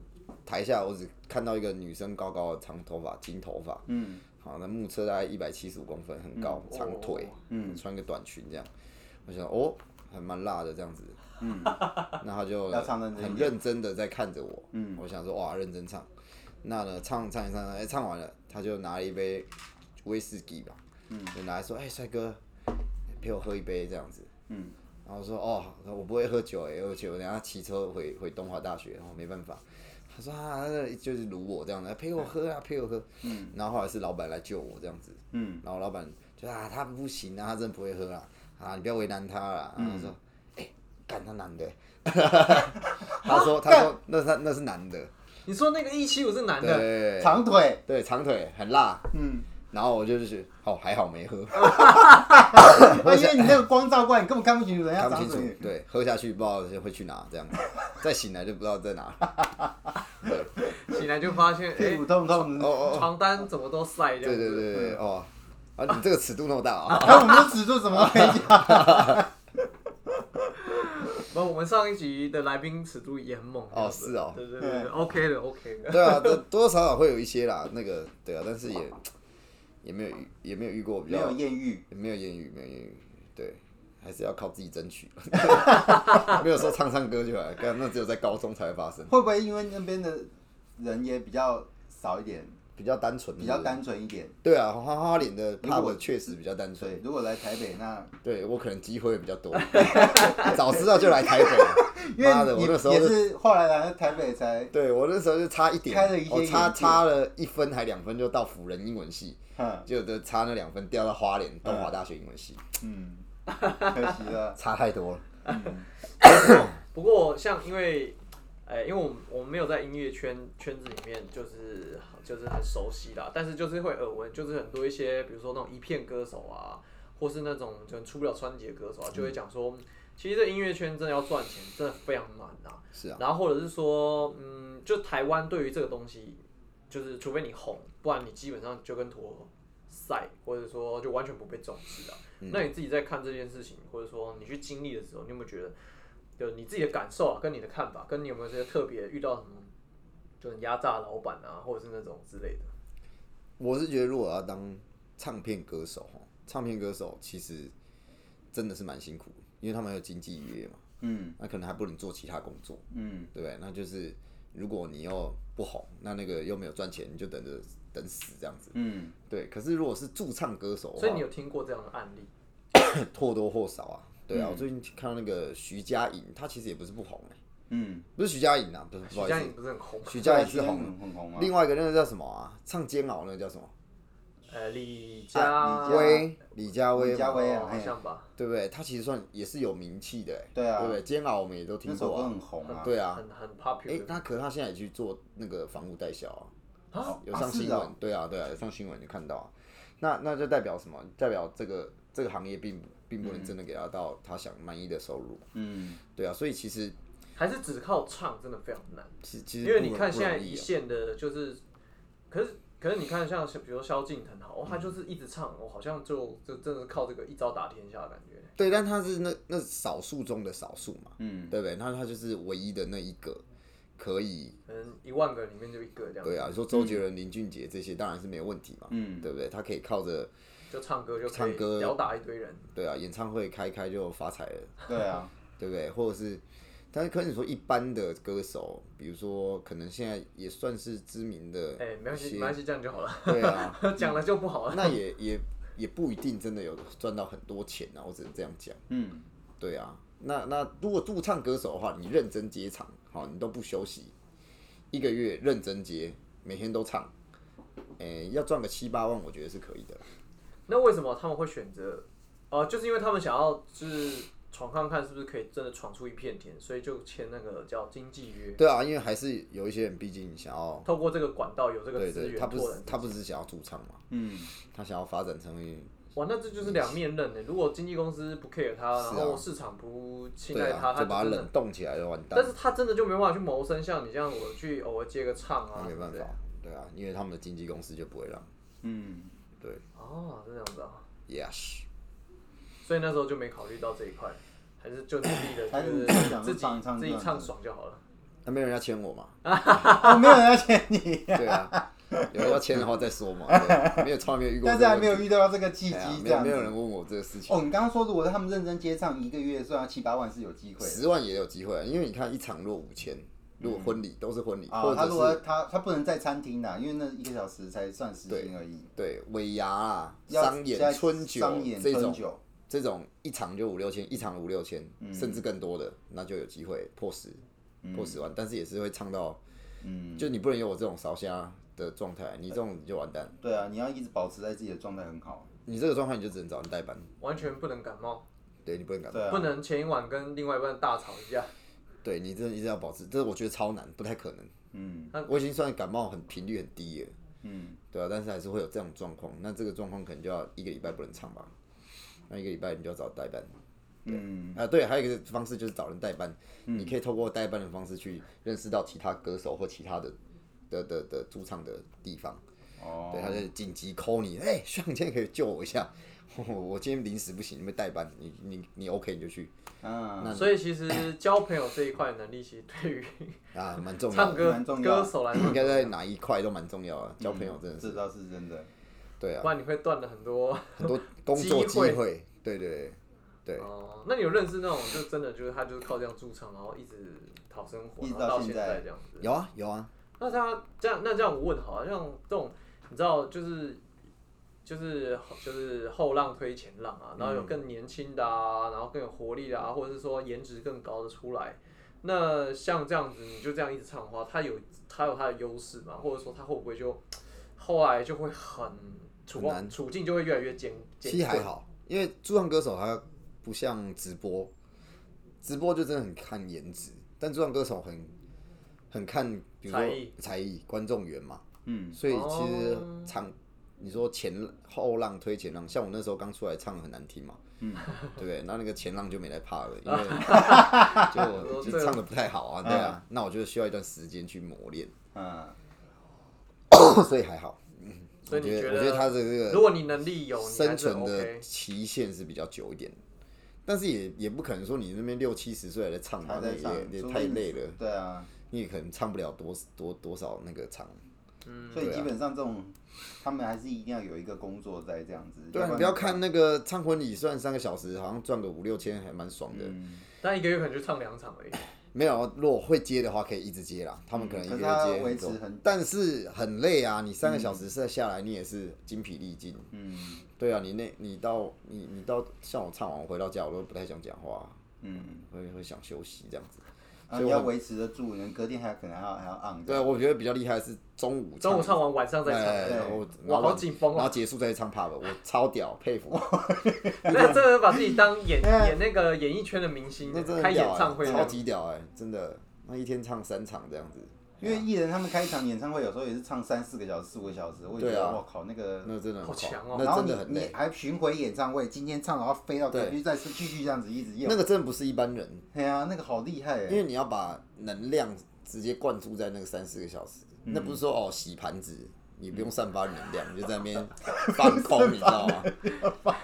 [SPEAKER 1] 台下我只看到一个女生高高的长头发，金头发，
[SPEAKER 2] 嗯
[SPEAKER 1] 好，那目测大概一百七十五公分，很高，
[SPEAKER 3] 嗯
[SPEAKER 1] 长腿，
[SPEAKER 2] 嗯
[SPEAKER 1] 穿个短裙这样，我想哦，还蛮辣的这样子，
[SPEAKER 2] 嗯，
[SPEAKER 1] (laughs) 那他就
[SPEAKER 2] 要唱认真一
[SPEAKER 1] 很
[SPEAKER 2] 点
[SPEAKER 1] 认真的在看着我，
[SPEAKER 2] 嗯
[SPEAKER 1] 我想说哇，认真唱，那呢唱唱一唱，哎、唱完了，他就拿了一杯威士忌吧，
[SPEAKER 2] 嗯
[SPEAKER 1] 就拿来说，哎、帅哥，陪我喝一杯这样子，
[SPEAKER 2] 嗯
[SPEAKER 1] 然后说哦，我不会喝酒哎、而且我等下骑车回回东华大学，哦，没办法。他说啊，那就是如我这样的，陪我喝啊，陪我喝。
[SPEAKER 2] 嗯
[SPEAKER 1] 然后后来是老板来救我这样子，
[SPEAKER 2] 嗯
[SPEAKER 1] 然后老板就啊，他不行啊，他真的不会喝啊，啊，你不要为难他啦。然后说，哎、干他男的 (laughs) 欸，他说他说那是他那是男的，
[SPEAKER 3] 你说那个一七五是男的，
[SPEAKER 1] 对，
[SPEAKER 2] 长腿，
[SPEAKER 1] 对长腿很辣。
[SPEAKER 3] (laughs)
[SPEAKER 2] 嗯，
[SPEAKER 1] 然后我就去，哦，还好没喝， (laughs)
[SPEAKER 2] 而且啊你那个光照过来，你根本看不清楚人
[SPEAKER 1] 看
[SPEAKER 2] 家
[SPEAKER 1] 不
[SPEAKER 2] 长
[SPEAKER 1] 清楚
[SPEAKER 2] 腿，，
[SPEAKER 1] 对，喝下去不知道会去哪这样子，再醒来就不知道在
[SPEAKER 2] (laughs)
[SPEAKER 1] 哪。
[SPEAKER 3] 醒来就发现哎、
[SPEAKER 2] 屁股痛痛
[SPEAKER 1] 哦
[SPEAKER 2] 的。
[SPEAKER 1] (laughs) 哦，
[SPEAKER 3] 床单怎么都晒这样
[SPEAKER 1] 对
[SPEAKER 3] 子。
[SPEAKER 1] 对对
[SPEAKER 2] 嗯
[SPEAKER 1] 对，哦，啊，你这个尺度那么大
[SPEAKER 2] (laughs)
[SPEAKER 1] 啊、
[SPEAKER 2] 然后我们的尺度
[SPEAKER 3] (laughs)
[SPEAKER 2] 什么都没讲，
[SPEAKER 3] 不，我们上一集的来宾尺度也很猛
[SPEAKER 1] 哦是哦
[SPEAKER 3] 对对对对，OK 的，OK 的。
[SPEAKER 1] 对啊，多多少少会有一些啦，那个对啊，但是也也没有遇也没有遇过比
[SPEAKER 2] 没
[SPEAKER 1] 较
[SPEAKER 2] 有艳遇，
[SPEAKER 1] 没有言语没有言语，对，还是要靠自己争取， (laughs) 没有说唱唱歌就来，干那只有在高中才会发生，
[SPEAKER 2] 会不会因为那边的人也比较少一点，
[SPEAKER 1] 比较单纯，
[SPEAKER 2] 比较单纯一点？
[SPEAKER 1] 对啊，花花脸的
[SPEAKER 2] 如果
[SPEAKER 1] pub 确实比较单
[SPEAKER 2] 对
[SPEAKER 1] 纯，，
[SPEAKER 2] 如果来台北，那
[SPEAKER 1] 对我可能机会比较多， (laughs) 早知道就来台北了，
[SPEAKER 2] (laughs) 因为
[SPEAKER 1] 妈的，我
[SPEAKER 2] 你
[SPEAKER 1] 那时候
[SPEAKER 2] 也
[SPEAKER 1] 就是
[SPEAKER 2] 后来来台北才，
[SPEAKER 1] 对我那时候就差一点，
[SPEAKER 2] 开了一些
[SPEAKER 1] 我差
[SPEAKER 2] 眼界
[SPEAKER 1] 差了一分还两分就到辅仁英文系，
[SPEAKER 2] 嗯
[SPEAKER 1] 就得差那两分掉到花莲东华大学英文系，
[SPEAKER 2] 嗯，可惜了，嗯
[SPEAKER 1] 差太多了。 (laughs)
[SPEAKER 3] 不过像因为，哎、因为我们我们没有在音乐圈圈子里面就是就是很熟悉啦，但是就是会耳闻，就是很多一些比如说那种一片歌手啊，或是那种就出不了专辑的歌手啊，就会讲说，其实这音乐圈真的要赚钱，真的非常难啊。
[SPEAKER 1] 是啊，
[SPEAKER 3] 然后或者是说，嗯，就台湾对于这个东西，就是除非你红，不然你基本上就跟陀赛，或者说就完全不被重视啊。那你自己在看这件事情，或者说你去经历的时候，你有没有觉得，就你自己的感受啊，跟你的看法，跟你有没有这些特别遇到什么，就是压榨老板啊，或者是那种之类的？
[SPEAKER 1] 我是觉得如果要当唱片歌手，吼唱片歌手其实真的是蛮辛苦的，因为他们有经纪约嘛，
[SPEAKER 2] 嗯
[SPEAKER 1] 那可能还不能做其他工作，
[SPEAKER 2] 嗯
[SPEAKER 1] 对不对？那就是如果你又不红，那那个又没有赚钱，你就等着等死这样子。
[SPEAKER 2] 嗯
[SPEAKER 1] 对，可是如果是驻唱歌手的话，
[SPEAKER 3] 所以你有听过这样的案例？
[SPEAKER 1] 或多或少啊。对
[SPEAKER 3] 嗯
[SPEAKER 1] 啊，我最近看到那个徐佳莹，她其实也不是不红哎、
[SPEAKER 2] 嗯，
[SPEAKER 1] 不是徐佳莹啊，不是不
[SPEAKER 3] 徐
[SPEAKER 1] 好
[SPEAKER 3] 佳
[SPEAKER 1] 意
[SPEAKER 3] 莹
[SPEAKER 1] 思，
[SPEAKER 3] 不是很红吗？
[SPEAKER 1] 徐佳莹是
[SPEAKER 2] 对
[SPEAKER 1] 红
[SPEAKER 2] 很红啊，
[SPEAKER 1] 另外一个那个叫什么啊？唱《煎熬》那个叫什么？
[SPEAKER 3] 呃，李佳
[SPEAKER 2] 啊李佳
[SPEAKER 3] 薇，
[SPEAKER 1] 薇，李佳薇嘛，
[SPEAKER 2] 李佳薇
[SPEAKER 3] 哦
[SPEAKER 2] 啊
[SPEAKER 3] 好像吧，
[SPEAKER 1] 对不对？她其实算也是有名气的、欸，
[SPEAKER 2] 对啊
[SPEAKER 1] 对不对？《煎熬》我们也都
[SPEAKER 2] 那
[SPEAKER 1] 听
[SPEAKER 2] 首
[SPEAKER 1] 过
[SPEAKER 2] 歌
[SPEAKER 1] 啊
[SPEAKER 2] 很，红啊，
[SPEAKER 1] 对啊。
[SPEAKER 3] 很很
[SPEAKER 1] 哎
[SPEAKER 3] popular，。
[SPEAKER 1] 那可她现在也去做那个房屋代销啊，有上新闻，
[SPEAKER 2] 啊是
[SPEAKER 1] 对啊，对啊，有上新闻就看到啊、那那就代表什么？代表这个这个行业并并
[SPEAKER 3] 嗯
[SPEAKER 1] 不能真的给他到他想满意的收入，
[SPEAKER 2] 嗯，
[SPEAKER 1] 对啊，所以其实
[SPEAKER 3] 还是只靠唱真的非常难，
[SPEAKER 1] 其实其
[SPEAKER 3] 因
[SPEAKER 1] 实
[SPEAKER 3] 为
[SPEAKER 1] 不
[SPEAKER 3] 你看
[SPEAKER 1] 不
[SPEAKER 3] 现在
[SPEAKER 1] 容易
[SPEAKER 3] 一
[SPEAKER 1] 啊
[SPEAKER 3] 线的就是，可是可是你看像比如萧敬腾好，哦，
[SPEAKER 1] 嗯
[SPEAKER 3] 他就是一直唱，我、哦、好像就就真的是靠这个一招打天下的感觉。
[SPEAKER 1] 对，但他是那那少数中的少数嘛，
[SPEAKER 2] 嗯，
[SPEAKER 1] 对不对？那他就是唯一的那一个可以，
[SPEAKER 3] 可能一万个里面就一个这样，
[SPEAKER 1] 对啊，你说周杰伦、林俊杰这些当然是没有问题嘛，
[SPEAKER 2] 嗯
[SPEAKER 1] 对不对？他可以靠着
[SPEAKER 3] 就唱歌就可以
[SPEAKER 1] 唱歌
[SPEAKER 3] 吊打一堆人，
[SPEAKER 1] 对啊，演唱会开开就发财了，
[SPEAKER 2] 对啊，
[SPEAKER 1] 对不对？或者是，但是可是你说一般的歌手，比如说可能现在也算是知名的，
[SPEAKER 3] 哎、没关系，没关系，这样就好了。
[SPEAKER 1] (laughs) 对
[SPEAKER 3] (laughs)
[SPEAKER 1] 啊，
[SPEAKER 3] 讲了就不好了。
[SPEAKER 1] 那也也也不一定真的有赚到很多钱啊，我只能这样讲。
[SPEAKER 2] 嗯，
[SPEAKER 1] 对啊，那那如果驻唱歌手的话，你认真接场，好，你都不休息，一个月认真接，每天都唱，诶、要赚个七八万，我觉得是可以的啦。
[SPEAKER 3] 那为什么他们会选择？哦、就是因为他们想要就是闯看看是不是可以真的闯出一片天，所以就签那个叫经纪约，
[SPEAKER 1] 对啊，因为还是有一些人，毕竟想要，
[SPEAKER 3] 透过这个管道有这个
[SPEAKER 1] 对
[SPEAKER 3] 资
[SPEAKER 1] 对，
[SPEAKER 3] 源
[SPEAKER 1] 他不
[SPEAKER 3] 拓
[SPEAKER 1] 是
[SPEAKER 3] 展。
[SPEAKER 1] 他不是想要驻唱嘛，
[SPEAKER 2] 嗯，
[SPEAKER 1] 他想要发展成为
[SPEAKER 3] 哇，那这就是两面刃呢。欸如果经纪公司不 care 他，
[SPEAKER 1] 是啊
[SPEAKER 3] 然后市场不青
[SPEAKER 1] 对
[SPEAKER 3] 睐他，
[SPEAKER 1] 啊，就把它
[SPEAKER 3] 他就真
[SPEAKER 1] 冷
[SPEAKER 3] 的，
[SPEAKER 1] 冻起来就完蛋
[SPEAKER 3] 但，是他真的就没办法去谋生。像你这样，我去偶尔接个唱啊，
[SPEAKER 1] 没办
[SPEAKER 3] 对不对
[SPEAKER 1] 法。，对啊，因为他们的经纪公司就不会让，
[SPEAKER 2] (laughs) 嗯，
[SPEAKER 1] 对
[SPEAKER 3] 哦，是这样子啊。
[SPEAKER 1] ，yes，
[SPEAKER 3] 所以那时候就没考虑到这一块，还是就努力的，
[SPEAKER 2] 还
[SPEAKER 3] 就是是
[SPEAKER 2] 想
[SPEAKER 3] 自
[SPEAKER 2] 说
[SPEAKER 3] 己
[SPEAKER 2] 唱一唱
[SPEAKER 3] 自己
[SPEAKER 2] 这样
[SPEAKER 3] 唱
[SPEAKER 2] 子
[SPEAKER 3] 爽就好了。
[SPEAKER 1] 那没有人要签我嘛，
[SPEAKER 2] 我啊没有人要签你，
[SPEAKER 1] 对
[SPEAKER 3] (laughs)
[SPEAKER 1] 啊，有人要签的话再说嘛，对没有从来没有遇过这个问题，
[SPEAKER 2] 但是还没有遇到这个契
[SPEAKER 1] 哎呀
[SPEAKER 2] 机，
[SPEAKER 1] 没
[SPEAKER 2] 这
[SPEAKER 1] 有
[SPEAKER 2] 样
[SPEAKER 1] 没
[SPEAKER 2] 子
[SPEAKER 1] 有人问我这个事情。
[SPEAKER 2] 哦，你刚刚说如果他们认真接唱，一个月算要七八万是有机会的
[SPEAKER 1] 十万也有机会啊，因为你看一场若五千，如果婚礼都是婚礼，
[SPEAKER 2] 啊、
[SPEAKER 1] 或
[SPEAKER 2] 他
[SPEAKER 1] 者
[SPEAKER 2] 如果
[SPEAKER 1] 是
[SPEAKER 2] 他他不能在餐厅啦，因为那一个小时才算时薪而已。
[SPEAKER 1] 对尾牙啊、
[SPEAKER 2] 要
[SPEAKER 1] 商
[SPEAKER 2] 现
[SPEAKER 1] 演、
[SPEAKER 2] 在
[SPEAKER 1] 春酒
[SPEAKER 2] 商演
[SPEAKER 1] 这
[SPEAKER 2] 春
[SPEAKER 1] 种
[SPEAKER 2] 酒，
[SPEAKER 1] 这种一场就五六千，一场五六千，甚至更多
[SPEAKER 2] 嗯
[SPEAKER 1] 的，那就有机会破十、破十万，但是也是会唱到，
[SPEAKER 2] 嗯，
[SPEAKER 1] 就你不能有我这种烧虾的状态，你这种你就完蛋，
[SPEAKER 2] 对啊，你要一直保持在自己的状态很好。
[SPEAKER 1] 你这个状态你就只能找人代班，
[SPEAKER 3] 完全不能感冒，
[SPEAKER 1] 对你不能敢，
[SPEAKER 2] 对啊
[SPEAKER 3] 不能前一晚跟另外一半大吵一架。
[SPEAKER 1] 对你真的一直要保持，这我觉得超难，不太可能。
[SPEAKER 2] 嗯
[SPEAKER 1] 我已经算感冒很频率很低了，
[SPEAKER 2] 嗯，
[SPEAKER 1] 对啊，但是还是会有这种状况。那这个状况可能就要一个礼拜不能唱吧，那一个礼拜你就要找代班。
[SPEAKER 2] 嗯
[SPEAKER 1] 啊，对，还有一个方式就是找人代班，你可以透过代班的方式去认识到其他歌手或其他的的的的驻唱的地方。
[SPEAKER 2] 哦
[SPEAKER 1] 对，，他就紧急 call 你，哎、希望你今天可以救我一下， (laughs) 我今天临时不行，你们代班，你你你 OK 你就去
[SPEAKER 2] 嗯，
[SPEAKER 3] 所以其实交朋友这一块能力，其实对于
[SPEAKER 1] 啊，蛮重要
[SPEAKER 3] 唱
[SPEAKER 1] 的，
[SPEAKER 3] 歌
[SPEAKER 2] 蛮重要
[SPEAKER 3] 歌手来
[SPEAKER 1] 应
[SPEAKER 3] 说，
[SPEAKER 1] 该在哪一块都蛮重要的，交朋友真的是，
[SPEAKER 2] 这倒是真的。
[SPEAKER 1] 对啊
[SPEAKER 3] 不，然你会断了很多。
[SPEAKER 1] 很多工作机
[SPEAKER 3] 机会
[SPEAKER 1] 会，对对对。对
[SPEAKER 3] 哦，那你有认识那种就真的就是他就是靠这样驻唱，然后一直讨生活，
[SPEAKER 2] 一
[SPEAKER 3] 然
[SPEAKER 2] 直
[SPEAKER 3] 后
[SPEAKER 2] 到
[SPEAKER 3] 到
[SPEAKER 2] 现在
[SPEAKER 3] 在这样子？
[SPEAKER 1] 有啊有啊，
[SPEAKER 3] 那他这样，那这样我问好了，像这种你知道就是就是就是后浪推前浪啊，然后
[SPEAKER 1] 嗯
[SPEAKER 3] 有更年轻的啊，然后更有活力的啊，或者是说颜值更高的出来。那像这样子，你就这样一直唱的话，他有他有他的优势嘛？或者说他会不会就后来就会很处
[SPEAKER 1] 很难
[SPEAKER 3] 处境就会越来越艰
[SPEAKER 1] 其实
[SPEAKER 3] 艰
[SPEAKER 1] 还
[SPEAKER 3] 困？
[SPEAKER 1] 好，因为驻唱歌手他不像直播，直播就真的很看颜值，但驻唱歌手很很看，比如
[SPEAKER 3] 才
[SPEAKER 1] 说
[SPEAKER 3] 艺
[SPEAKER 1] 才艺、观众缘嘛，
[SPEAKER 2] 嗯
[SPEAKER 1] 所以其实
[SPEAKER 3] 哦
[SPEAKER 1] 唱，你说前后浪推前浪，像我那时候刚出来唱很难听嘛，
[SPEAKER 2] 嗯，
[SPEAKER 1] 对不对？那那个前浪就没来怕了，因为就我就
[SPEAKER 3] 这个
[SPEAKER 1] 唱的不太好啊，对啊，那我就需要一段时间去磨练，
[SPEAKER 2] 嗯，
[SPEAKER 1] 所以还好。嗯
[SPEAKER 3] 所以你
[SPEAKER 1] 我觉
[SPEAKER 3] 觉得
[SPEAKER 1] 我觉得他的这个
[SPEAKER 3] 如果你能力有，你还
[SPEAKER 1] 生
[SPEAKER 3] 是
[SPEAKER 1] 存的
[SPEAKER 3] OK。
[SPEAKER 1] 期限是比较久一点的，但是也也不可能说你那边六七十岁还在唱吧
[SPEAKER 2] 还，
[SPEAKER 1] 那
[SPEAKER 2] 在唱
[SPEAKER 1] 也，也
[SPEAKER 2] 除非
[SPEAKER 1] 太
[SPEAKER 2] 你
[SPEAKER 1] 累了，
[SPEAKER 2] 对啊，
[SPEAKER 1] 你也可能唱不了多多多少那个场。
[SPEAKER 2] 所
[SPEAKER 1] 啊
[SPEAKER 2] 以基本上这种，他们还是一定要有一个工作在这样子。
[SPEAKER 1] 对啊，你
[SPEAKER 2] 然
[SPEAKER 1] 不要看那个唱婚礼，算三个小时，好像赚个五六千还蛮爽
[SPEAKER 2] 嗯
[SPEAKER 1] 的。
[SPEAKER 3] 但一个月可能就唱两场而已。
[SPEAKER 1] 没有，如果会接的话，可以一直接啦。他们可能一个
[SPEAKER 2] 嗯可是
[SPEAKER 1] 月
[SPEAKER 2] 他
[SPEAKER 1] 接
[SPEAKER 2] 维
[SPEAKER 1] 很
[SPEAKER 2] 持
[SPEAKER 1] 多
[SPEAKER 2] 很，
[SPEAKER 1] 但是很累啊。你三个小时再下来，你也是精疲力尽。
[SPEAKER 2] 嗯
[SPEAKER 1] 对啊，你那你到你你到像我唱完我回到家，我都不太想讲话，
[SPEAKER 2] 嗯，
[SPEAKER 1] 会会想休息这样子。
[SPEAKER 2] 啊，
[SPEAKER 1] 所以
[SPEAKER 2] 你
[SPEAKER 1] 我
[SPEAKER 2] 要维持得住，你隔天还可能还要还要 on
[SPEAKER 1] 对啊，我觉得比较厉害的是中午
[SPEAKER 3] 中午唱完，晚上再
[SPEAKER 1] 哎
[SPEAKER 3] 唱。
[SPEAKER 1] 然后
[SPEAKER 3] 哇好紧绷哦
[SPEAKER 1] 然后结束再去唱 pub，我超屌，佩服，
[SPEAKER 3] 那这把自己当演演那个演艺圈的明星
[SPEAKER 1] 那真，的
[SPEAKER 3] 开
[SPEAKER 1] 很
[SPEAKER 3] 演
[SPEAKER 1] 屌哎
[SPEAKER 3] 唱会，
[SPEAKER 1] 超级屌哎，真的，那一天唱三场这样子，
[SPEAKER 2] 因为艺人他们开一场演唱会，有时候也是唱三四个小时、四五个小时，我也觉
[SPEAKER 1] 对
[SPEAKER 2] 得
[SPEAKER 1] 啊
[SPEAKER 2] 我靠那个。
[SPEAKER 1] 那真的很
[SPEAKER 3] 好强哦
[SPEAKER 1] 那
[SPEAKER 2] 然后
[SPEAKER 1] 真
[SPEAKER 2] 你
[SPEAKER 1] 的很
[SPEAKER 2] 你
[SPEAKER 1] 累，
[SPEAKER 2] 还巡回演唱会，今天唱然后飞到隔
[SPEAKER 1] 对
[SPEAKER 2] 壁，再是继续这样子一直演
[SPEAKER 1] 那。个真的不是一般人，
[SPEAKER 2] 对啊，那个好厉害
[SPEAKER 1] 因
[SPEAKER 2] 哎！
[SPEAKER 1] 为你要把能量直接灌注在那个三四个小时，
[SPEAKER 3] 嗯
[SPEAKER 1] 那不是说哦洗盘子，你不用散发能量，你就在那
[SPEAKER 3] (laughs)
[SPEAKER 1] 边放空，你知道吗？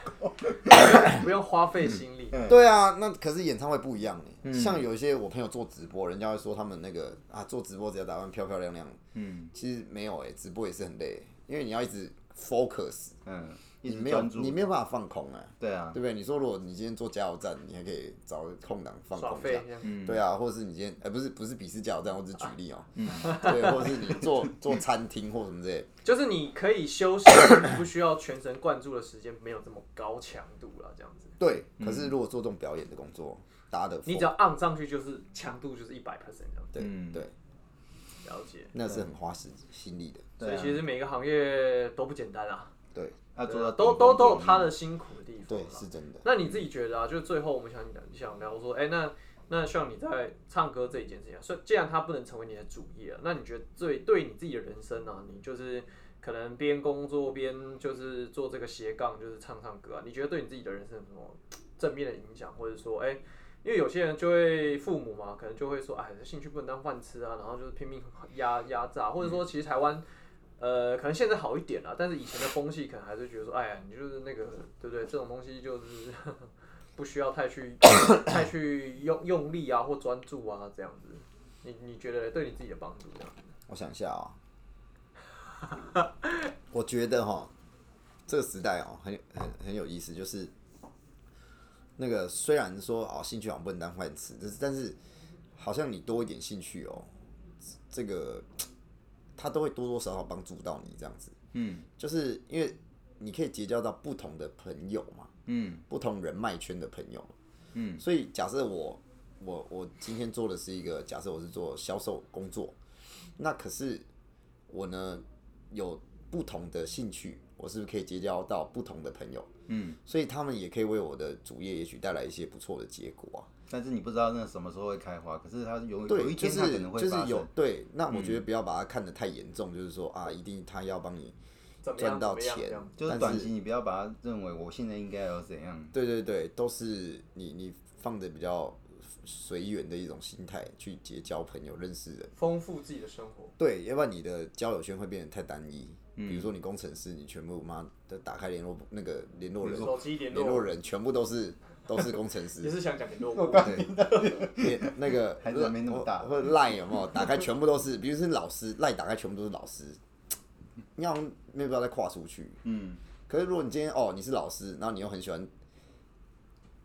[SPEAKER 3] 不用花费心力。
[SPEAKER 1] 对啊，那可是演唱会不一样、
[SPEAKER 3] 嗯
[SPEAKER 1] 欸像有一些我朋友做直播，人家会说他们那个啊做直播只要打扮漂漂亮亮，
[SPEAKER 2] 嗯
[SPEAKER 1] 其实没有哎、直播也是很累、因为你要一直 focus，
[SPEAKER 2] 嗯，一
[SPEAKER 1] 你
[SPEAKER 2] 直
[SPEAKER 1] 没有
[SPEAKER 2] 专注，
[SPEAKER 1] 你没有办法放空啊。
[SPEAKER 2] 对啊
[SPEAKER 1] 对，不对？你说如果你今天做加油站，你还可以找个空档放
[SPEAKER 3] 耍
[SPEAKER 1] 空一
[SPEAKER 3] 废
[SPEAKER 1] 下
[SPEAKER 3] 这样，
[SPEAKER 1] 对啊，或者是你今天，呃，不是不是鄙视加油站，我只是举例哦、
[SPEAKER 2] 啊
[SPEAKER 1] 对，或者是你做做餐厅或什么之类的，
[SPEAKER 3] 就是你可以休息，你不需要全神贯注的时间没有这么高强度了，这样子。
[SPEAKER 1] 对。可是如果做这种表演的工作，
[SPEAKER 2] 嗯
[SPEAKER 1] 大家的
[SPEAKER 3] 你只要按上去就是强度就是一百 percent 这样
[SPEAKER 1] 对
[SPEAKER 2] 嗯
[SPEAKER 1] 对，
[SPEAKER 3] 子，了解。
[SPEAKER 1] 那是很花时心力的，
[SPEAKER 3] 所
[SPEAKER 2] 对
[SPEAKER 3] 以
[SPEAKER 2] 啊
[SPEAKER 3] 其实每个行业都不简单啊，
[SPEAKER 1] 对
[SPEAKER 2] 要
[SPEAKER 3] 对
[SPEAKER 2] 做到
[SPEAKER 3] 啊都
[SPEAKER 2] 顶峰
[SPEAKER 3] 都都有
[SPEAKER 2] 顶
[SPEAKER 3] 他的辛苦的地方啊
[SPEAKER 1] 对
[SPEAKER 3] 啦。，
[SPEAKER 1] 是真的。
[SPEAKER 3] 那你自己觉得啊，就是最后我们想讲想聊说，哎、那那像你在唱歌这一件事情、啊，所以既然它不能成为你的主业、啊，那你觉得最对你自己的人生呢、啊，你就是可能边工作边就是做这个斜杠，就是唱唱歌啊，你觉得对你自己的人生有什么正面的影响，或者说，哎、因为有些人就会父母嘛，可能就会说，哎，兴趣不能当饭吃啊，然后就是拼命 (laughs) 压压榨，或者说其实台湾，呃，可能现在好一点了，但是以前的风气可能还是觉得说，哎呀，你就是那个，对不对？这种东西就是 (laughs) 不需要太去太去用用力啊，或专注啊，这样子。你你觉得对你自己的帮助这样？
[SPEAKER 1] 我想一下啊、 (laughs) 我觉得哈，这个时代哦，很很很有意思，就是那个虽然说哦，兴趣好像不能当饭吃，但是但是好像你多一点兴趣哦，这个它都会多多少少帮助到你这样子，
[SPEAKER 2] 嗯
[SPEAKER 1] 就是因为你可以结交到不同的朋友嘛，
[SPEAKER 2] 嗯
[SPEAKER 1] 不同人脉圈的朋友嘛
[SPEAKER 2] 嗯
[SPEAKER 1] 所以假设我我我今天做的是一个，假设我是做销售工作，那可是我呢有不同的兴趣，我是不是可以结交到不同的朋友？
[SPEAKER 2] 嗯，
[SPEAKER 1] 所以他们也可以为我的主业也许带来一些不错的结果啊。
[SPEAKER 2] 但是你不知道那什么时候会开花，可是它有哦有
[SPEAKER 1] 对，
[SPEAKER 2] 一
[SPEAKER 1] 就
[SPEAKER 2] 天
[SPEAKER 1] 是
[SPEAKER 2] 它可能会
[SPEAKER 1] 就是
[SPEAKER 2] 发
[SPEAKER 1] 有
[SPEAKER 2] 生。嗯
[SPEAKER 1] 对，那我觉得不要把它看得太严重，就是说啊，一定他要帮你
[SPEAKER 3] 怎么
[SPEAKER 1] 赚
[SPEAKER 3] 样？怎
[SPEAKER 1] 到
[SPEAKER 3] 么样？
[SPEAKER 1] 钱
[SPEAKER 3] 这样？，
[SPEAKER 2] 就
[SPEAKER 1] 但
[SPEAKER 2] 是短期，你不要把它认为我现在应该要怎样，
[SPEAKER 1] 对对对，都是你你放的比较随缘的一种心态去结交朋友、认识人。
[SPEAKER 3] 丰富自己的生活。
[SPEAKER 1] 对，要不然你的交友圈会变得太单一。
[SPEAKER 2] 嗯
[SPEAKER 1] 比如说你工程师，你全部妈的打开联络簿那个联络人，
[SPEAKER 3] 手机联
[SPEAKER 1] 联
[SPEAKER 3] 络
[SPEAKER 1] 络人全部都是都是工程
[SPEAKER 3] 也
[SPEAKER 2] (laughs)
[SPEAKER 1] 师。
[SPEAKER 3] 是想讲联络部，
[SPEAKER 1] 也那个
[SPEAKER 2] 还是没那么大
[SPEAKER 1] 或者赖有没有打开全部都是，比如是老师赖打开全部都是老师，你好像没有办法再跨出去。
[SPEAKER 2] 嗯，
[SPEAKER 1] 可是如果你今天哦你是老师，然后你又很喜欢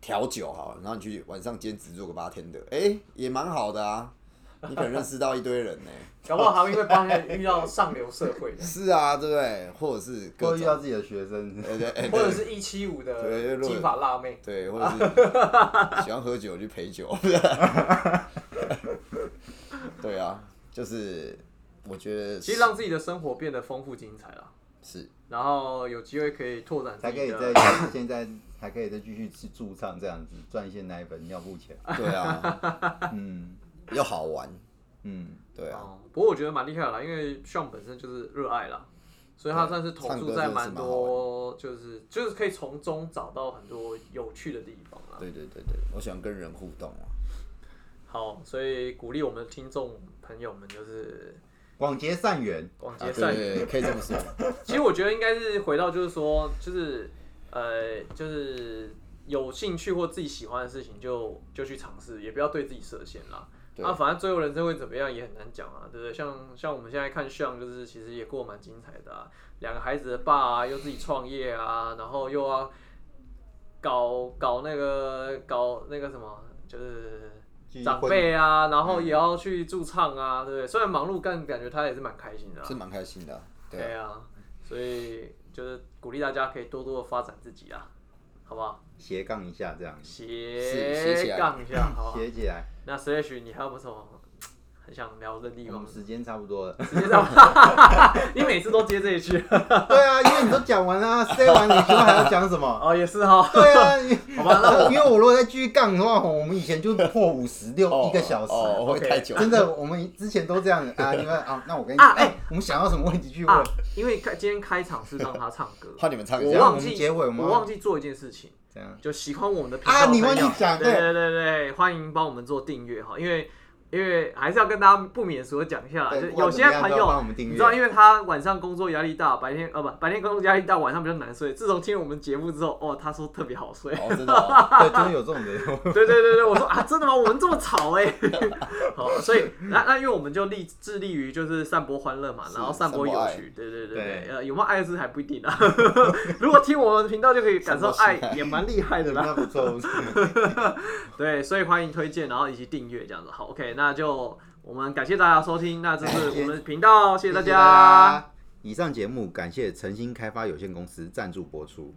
[SPEAKER 1] 调酒好了，然后你去晚上兼职做个八天的，哎、也蛮好的啊，你可能认识到一堆人
[SPEAKER 2] (laughs)
[SPEAKER 1] 呢、
[SPEAKER 3] 搞不好还会因为帮人遇到上流社
[SPEAKER 1] (laughs)
[SPEAKER 3] 会的，
[SPEAKER 1] 是啊，对不对？或者是各
[SPEAKER 2] 或者遇
[SPEAKER 1] 种
[SPEAKER 2] 到
[SPEAKER 1] 呃
[SPEAKER 2] 自己的学生， (laughs)
[SPEAKER 3] 或者是一七五
[SPEAKER 1] 对
[SPEAKER 3] 的
[SPEAKER 1] 如果
[SPEAKER 3] 金发辣妹。
[SPEAKER 1] 对，或者是
[SPEAKER 3] (laughs)
[SPEAKER 1] 喜欢喝酒去陪酒， (laughs) 对啊，就是我觉得
[SPEAKER 3] 其实让自己的生活变得丰富精彩啦，
[SPEAKER 1] 是
[SPEAKER 3] 然后有机会可以拓展自
[SPEAKER 2] 才可
[SPEAKER 3] 己
[SPEAKER 2] 以
[SPEAKER 3] 的
[SPEAKER 2] 在
[SPEAKER 1] 啊
[SPEAKER 2] (laughs) 现在还可以再继续去驻唱这样子，赚一些奶粉尿布钱。
[SPEAKER 1] 对
[SPEAKER 3] (laughs)
[SPEAKER 1] 啊，
[SPEAKER 2] 嗯
[SPEAKER 1] 又好玩，
[SPEAKER 2] 嗯，
[SPEAKER 1] 对啊，
[SPEAKER 3] 哦，不过我觉得蛮厉害的啦，因为 Sean 本身就是热爱啦，所以他算是投
[SPEAKER 1] 唱歌
[SPEAKER 3] 注
[SPEAKER 1] 真的
[SPEAKER 3] 在
[SPEAKER 1] 是
[SPEAKER 3] 蛮
[SPEAKER 1] 蛮好
[SPEAKER 3] 多，就是就是可以从中找到很多有趣的地方啦。
[SPEAKER 1] 对对对对，我喜欢跟人互动啊，
[SPEAKER 3] 好，所以鼓励我们的听众朋友们就是
[SPEAKER 2] 广结善缘，
[SPEAKER 3] 广
[SPEAKER 1] 啊
[SPEAKER 3] 结
[SPEAKER 1] 对
[SPEAKER 3] 善
[SPEAKER 1] 对
[SPEAKER 3] 缘。
[SPEAKER 1] 对，可以这么说，
[SPEAKER 3] 其实我觉得应该是回到就是说，就是呃，就是有兴趣或自己喜欢的事情就就去尝试，也不要对自己设限啦。
[SPEAKER 1] 对
[SPEAKER 3] 啊，反正最后人生会怎么样也很难讲啊，对不对？像像我们现在看像，就是其实也过得蛮精彩的啊，两个孩子的爸啊，又自己创业啊，然后又要搞搞那个搞那个什么，就是
[SPEAKER 2] 继续
[SPEAKER 3] 长
[SPEAKER 2] 婚
[SPEAKER 3] 辈啊，然
[SPEAKER 1] 嗯
[SPEAKER 3] 后也要去驻唱啊，对不对？虽然忙碌，但感觉他也是蛮开心的、啊。
[SPEAKER 1] 是蛮开心的啊，对啊
[SPEAKER 3] (laughs) 对啊，所以就是鼓励大家可以多多的发展自己啊，好不好？
[SPEAKER 2] 斜杠一下这样，
[SPEAKER 3] 斜
[SPEAKER 1] 是斜起来
[SPEAKER 3] 杠一下，好吧。 (laughs)
[SPEAKER 2] 斜起来。
[SPEAKER 3] 那 Slash，你还有没有什么？很想聊的地
[SPEAKER 1] 哦
[SPEAKER 2] 我
[SPEAKER 3] 方
[SPEAKER 2] 们。时间差不多了。
[SPEAKER 3] 直接到， (laughs) 你每次都接这一句，
[SPEAKER 2] 对啊，因为你都讲完了，say 完你之后还要讲
[SPEAKER 3] (laughs)
[SPEAKER 2] 什么？
[SPEAKER 3] 哦，也是哈。
[SPEAKER 2] 对啊，好吧，那因为我如果再继续杠的话，我们以前就是破五十六一个小时。
[SPEAKER 1] 哦，会
[SPEAKER 3] OK
[SPEAKER 1] 太久。
[SPEAKER 2] 真的，我们之前都这样啊！你们啊，那我跟你
[SPEAKER 3] 啊
[SPEAKER 2] 哎、
[SPEAKER 3] 哎
[SPEAKER 2] 我们想到什么问题去问。
[SPEAKER 3] 啊，因为开今天开场是让他唱歌，
[SPEAKER 1] 怕你们唱一
[SPEAKER 2] 这
[SPEAKER 3] 我
[SPEAKER 1] 下
[SPEAKER 2] 样
[SPEAKER 3] 忘
[SPEAKER 2] 我
[SPEAKER 3] 记
[SPEAKER 2] 们结尾吗
[SPEAKER 3] 我忘记做一件事情，
[SPEAKER 2] 这样
[SPEAKER 3] 就喜欢我们的频道
[SPEAKER 2] 啊，
[SPEAKER 3] 的
[SPEAKER 2] 你
[SPEAKER 3] 朋
[SPEAKER 2] 忘记
[SPEAKER 3] 友
[SPEAKER 2] 讲
[SPEAKER 3] 对
[SPEAKER 2] 对
[SPEAKER 3] 对对对，欢迎帮我们做订阅哈，因为因为还是要跟大家不免俗的讲一下啦，
[SPEAKER 2] 对
[SPEAKER 3] 就
[SPEAKER 2] 不管
[SPEAKER 3] 有
[SPEAKER 2] 怎
[SPEAKER 3] 些
[SPEAKER 2] 么样
[SPEAKER 3] 朋
[SPEAKER 2] 都要帮我
[SPEAKER 3] 友
[SPEAKER 2] 们订阅
[SPEAKER 3] 你知道，因为他晚上工作压力大，白天呃不白天工作压力大，晚上比较难睡。自从听我们节目之后，哦，他说特别好
[SPEAKER 2] (laughs)
[SPEAKER 3] 睡。
[SPEAKER 1] 哦，真的哦，
[SPEAKER 2] 对，真的有这种人。
[SPEAKER 3] (laughs) 对对对对，我说啊，真的吗？我们这么吵哎、好，所以那那因为我们就力致力于就是散播欢乐嘛，
[SPEAKER 1] 是
[SPEAKER 3] 然后散播有
[SPEAKER 1] 散播爱
[SPEAKER 3] 趣，对对对对，
[SPEAKER 2] 对
[SPEAKER 3] 呃，有没有爱是还不一定啊。 (laughs) 如果听我们的频道就可以感受爱，也蛮厉害的啦。
[SPEAKER 2] 那不错，不错
[SPEAKER 3] (laughs) 对，所以欢迎推荐，然后以及订阅这样子。好，OK，那就我们感谢大家收听，那这是我们的频道，谢谢大家。。
[SPEAKER 2] 以上节目感谢诚心开发有限公司赞助播出。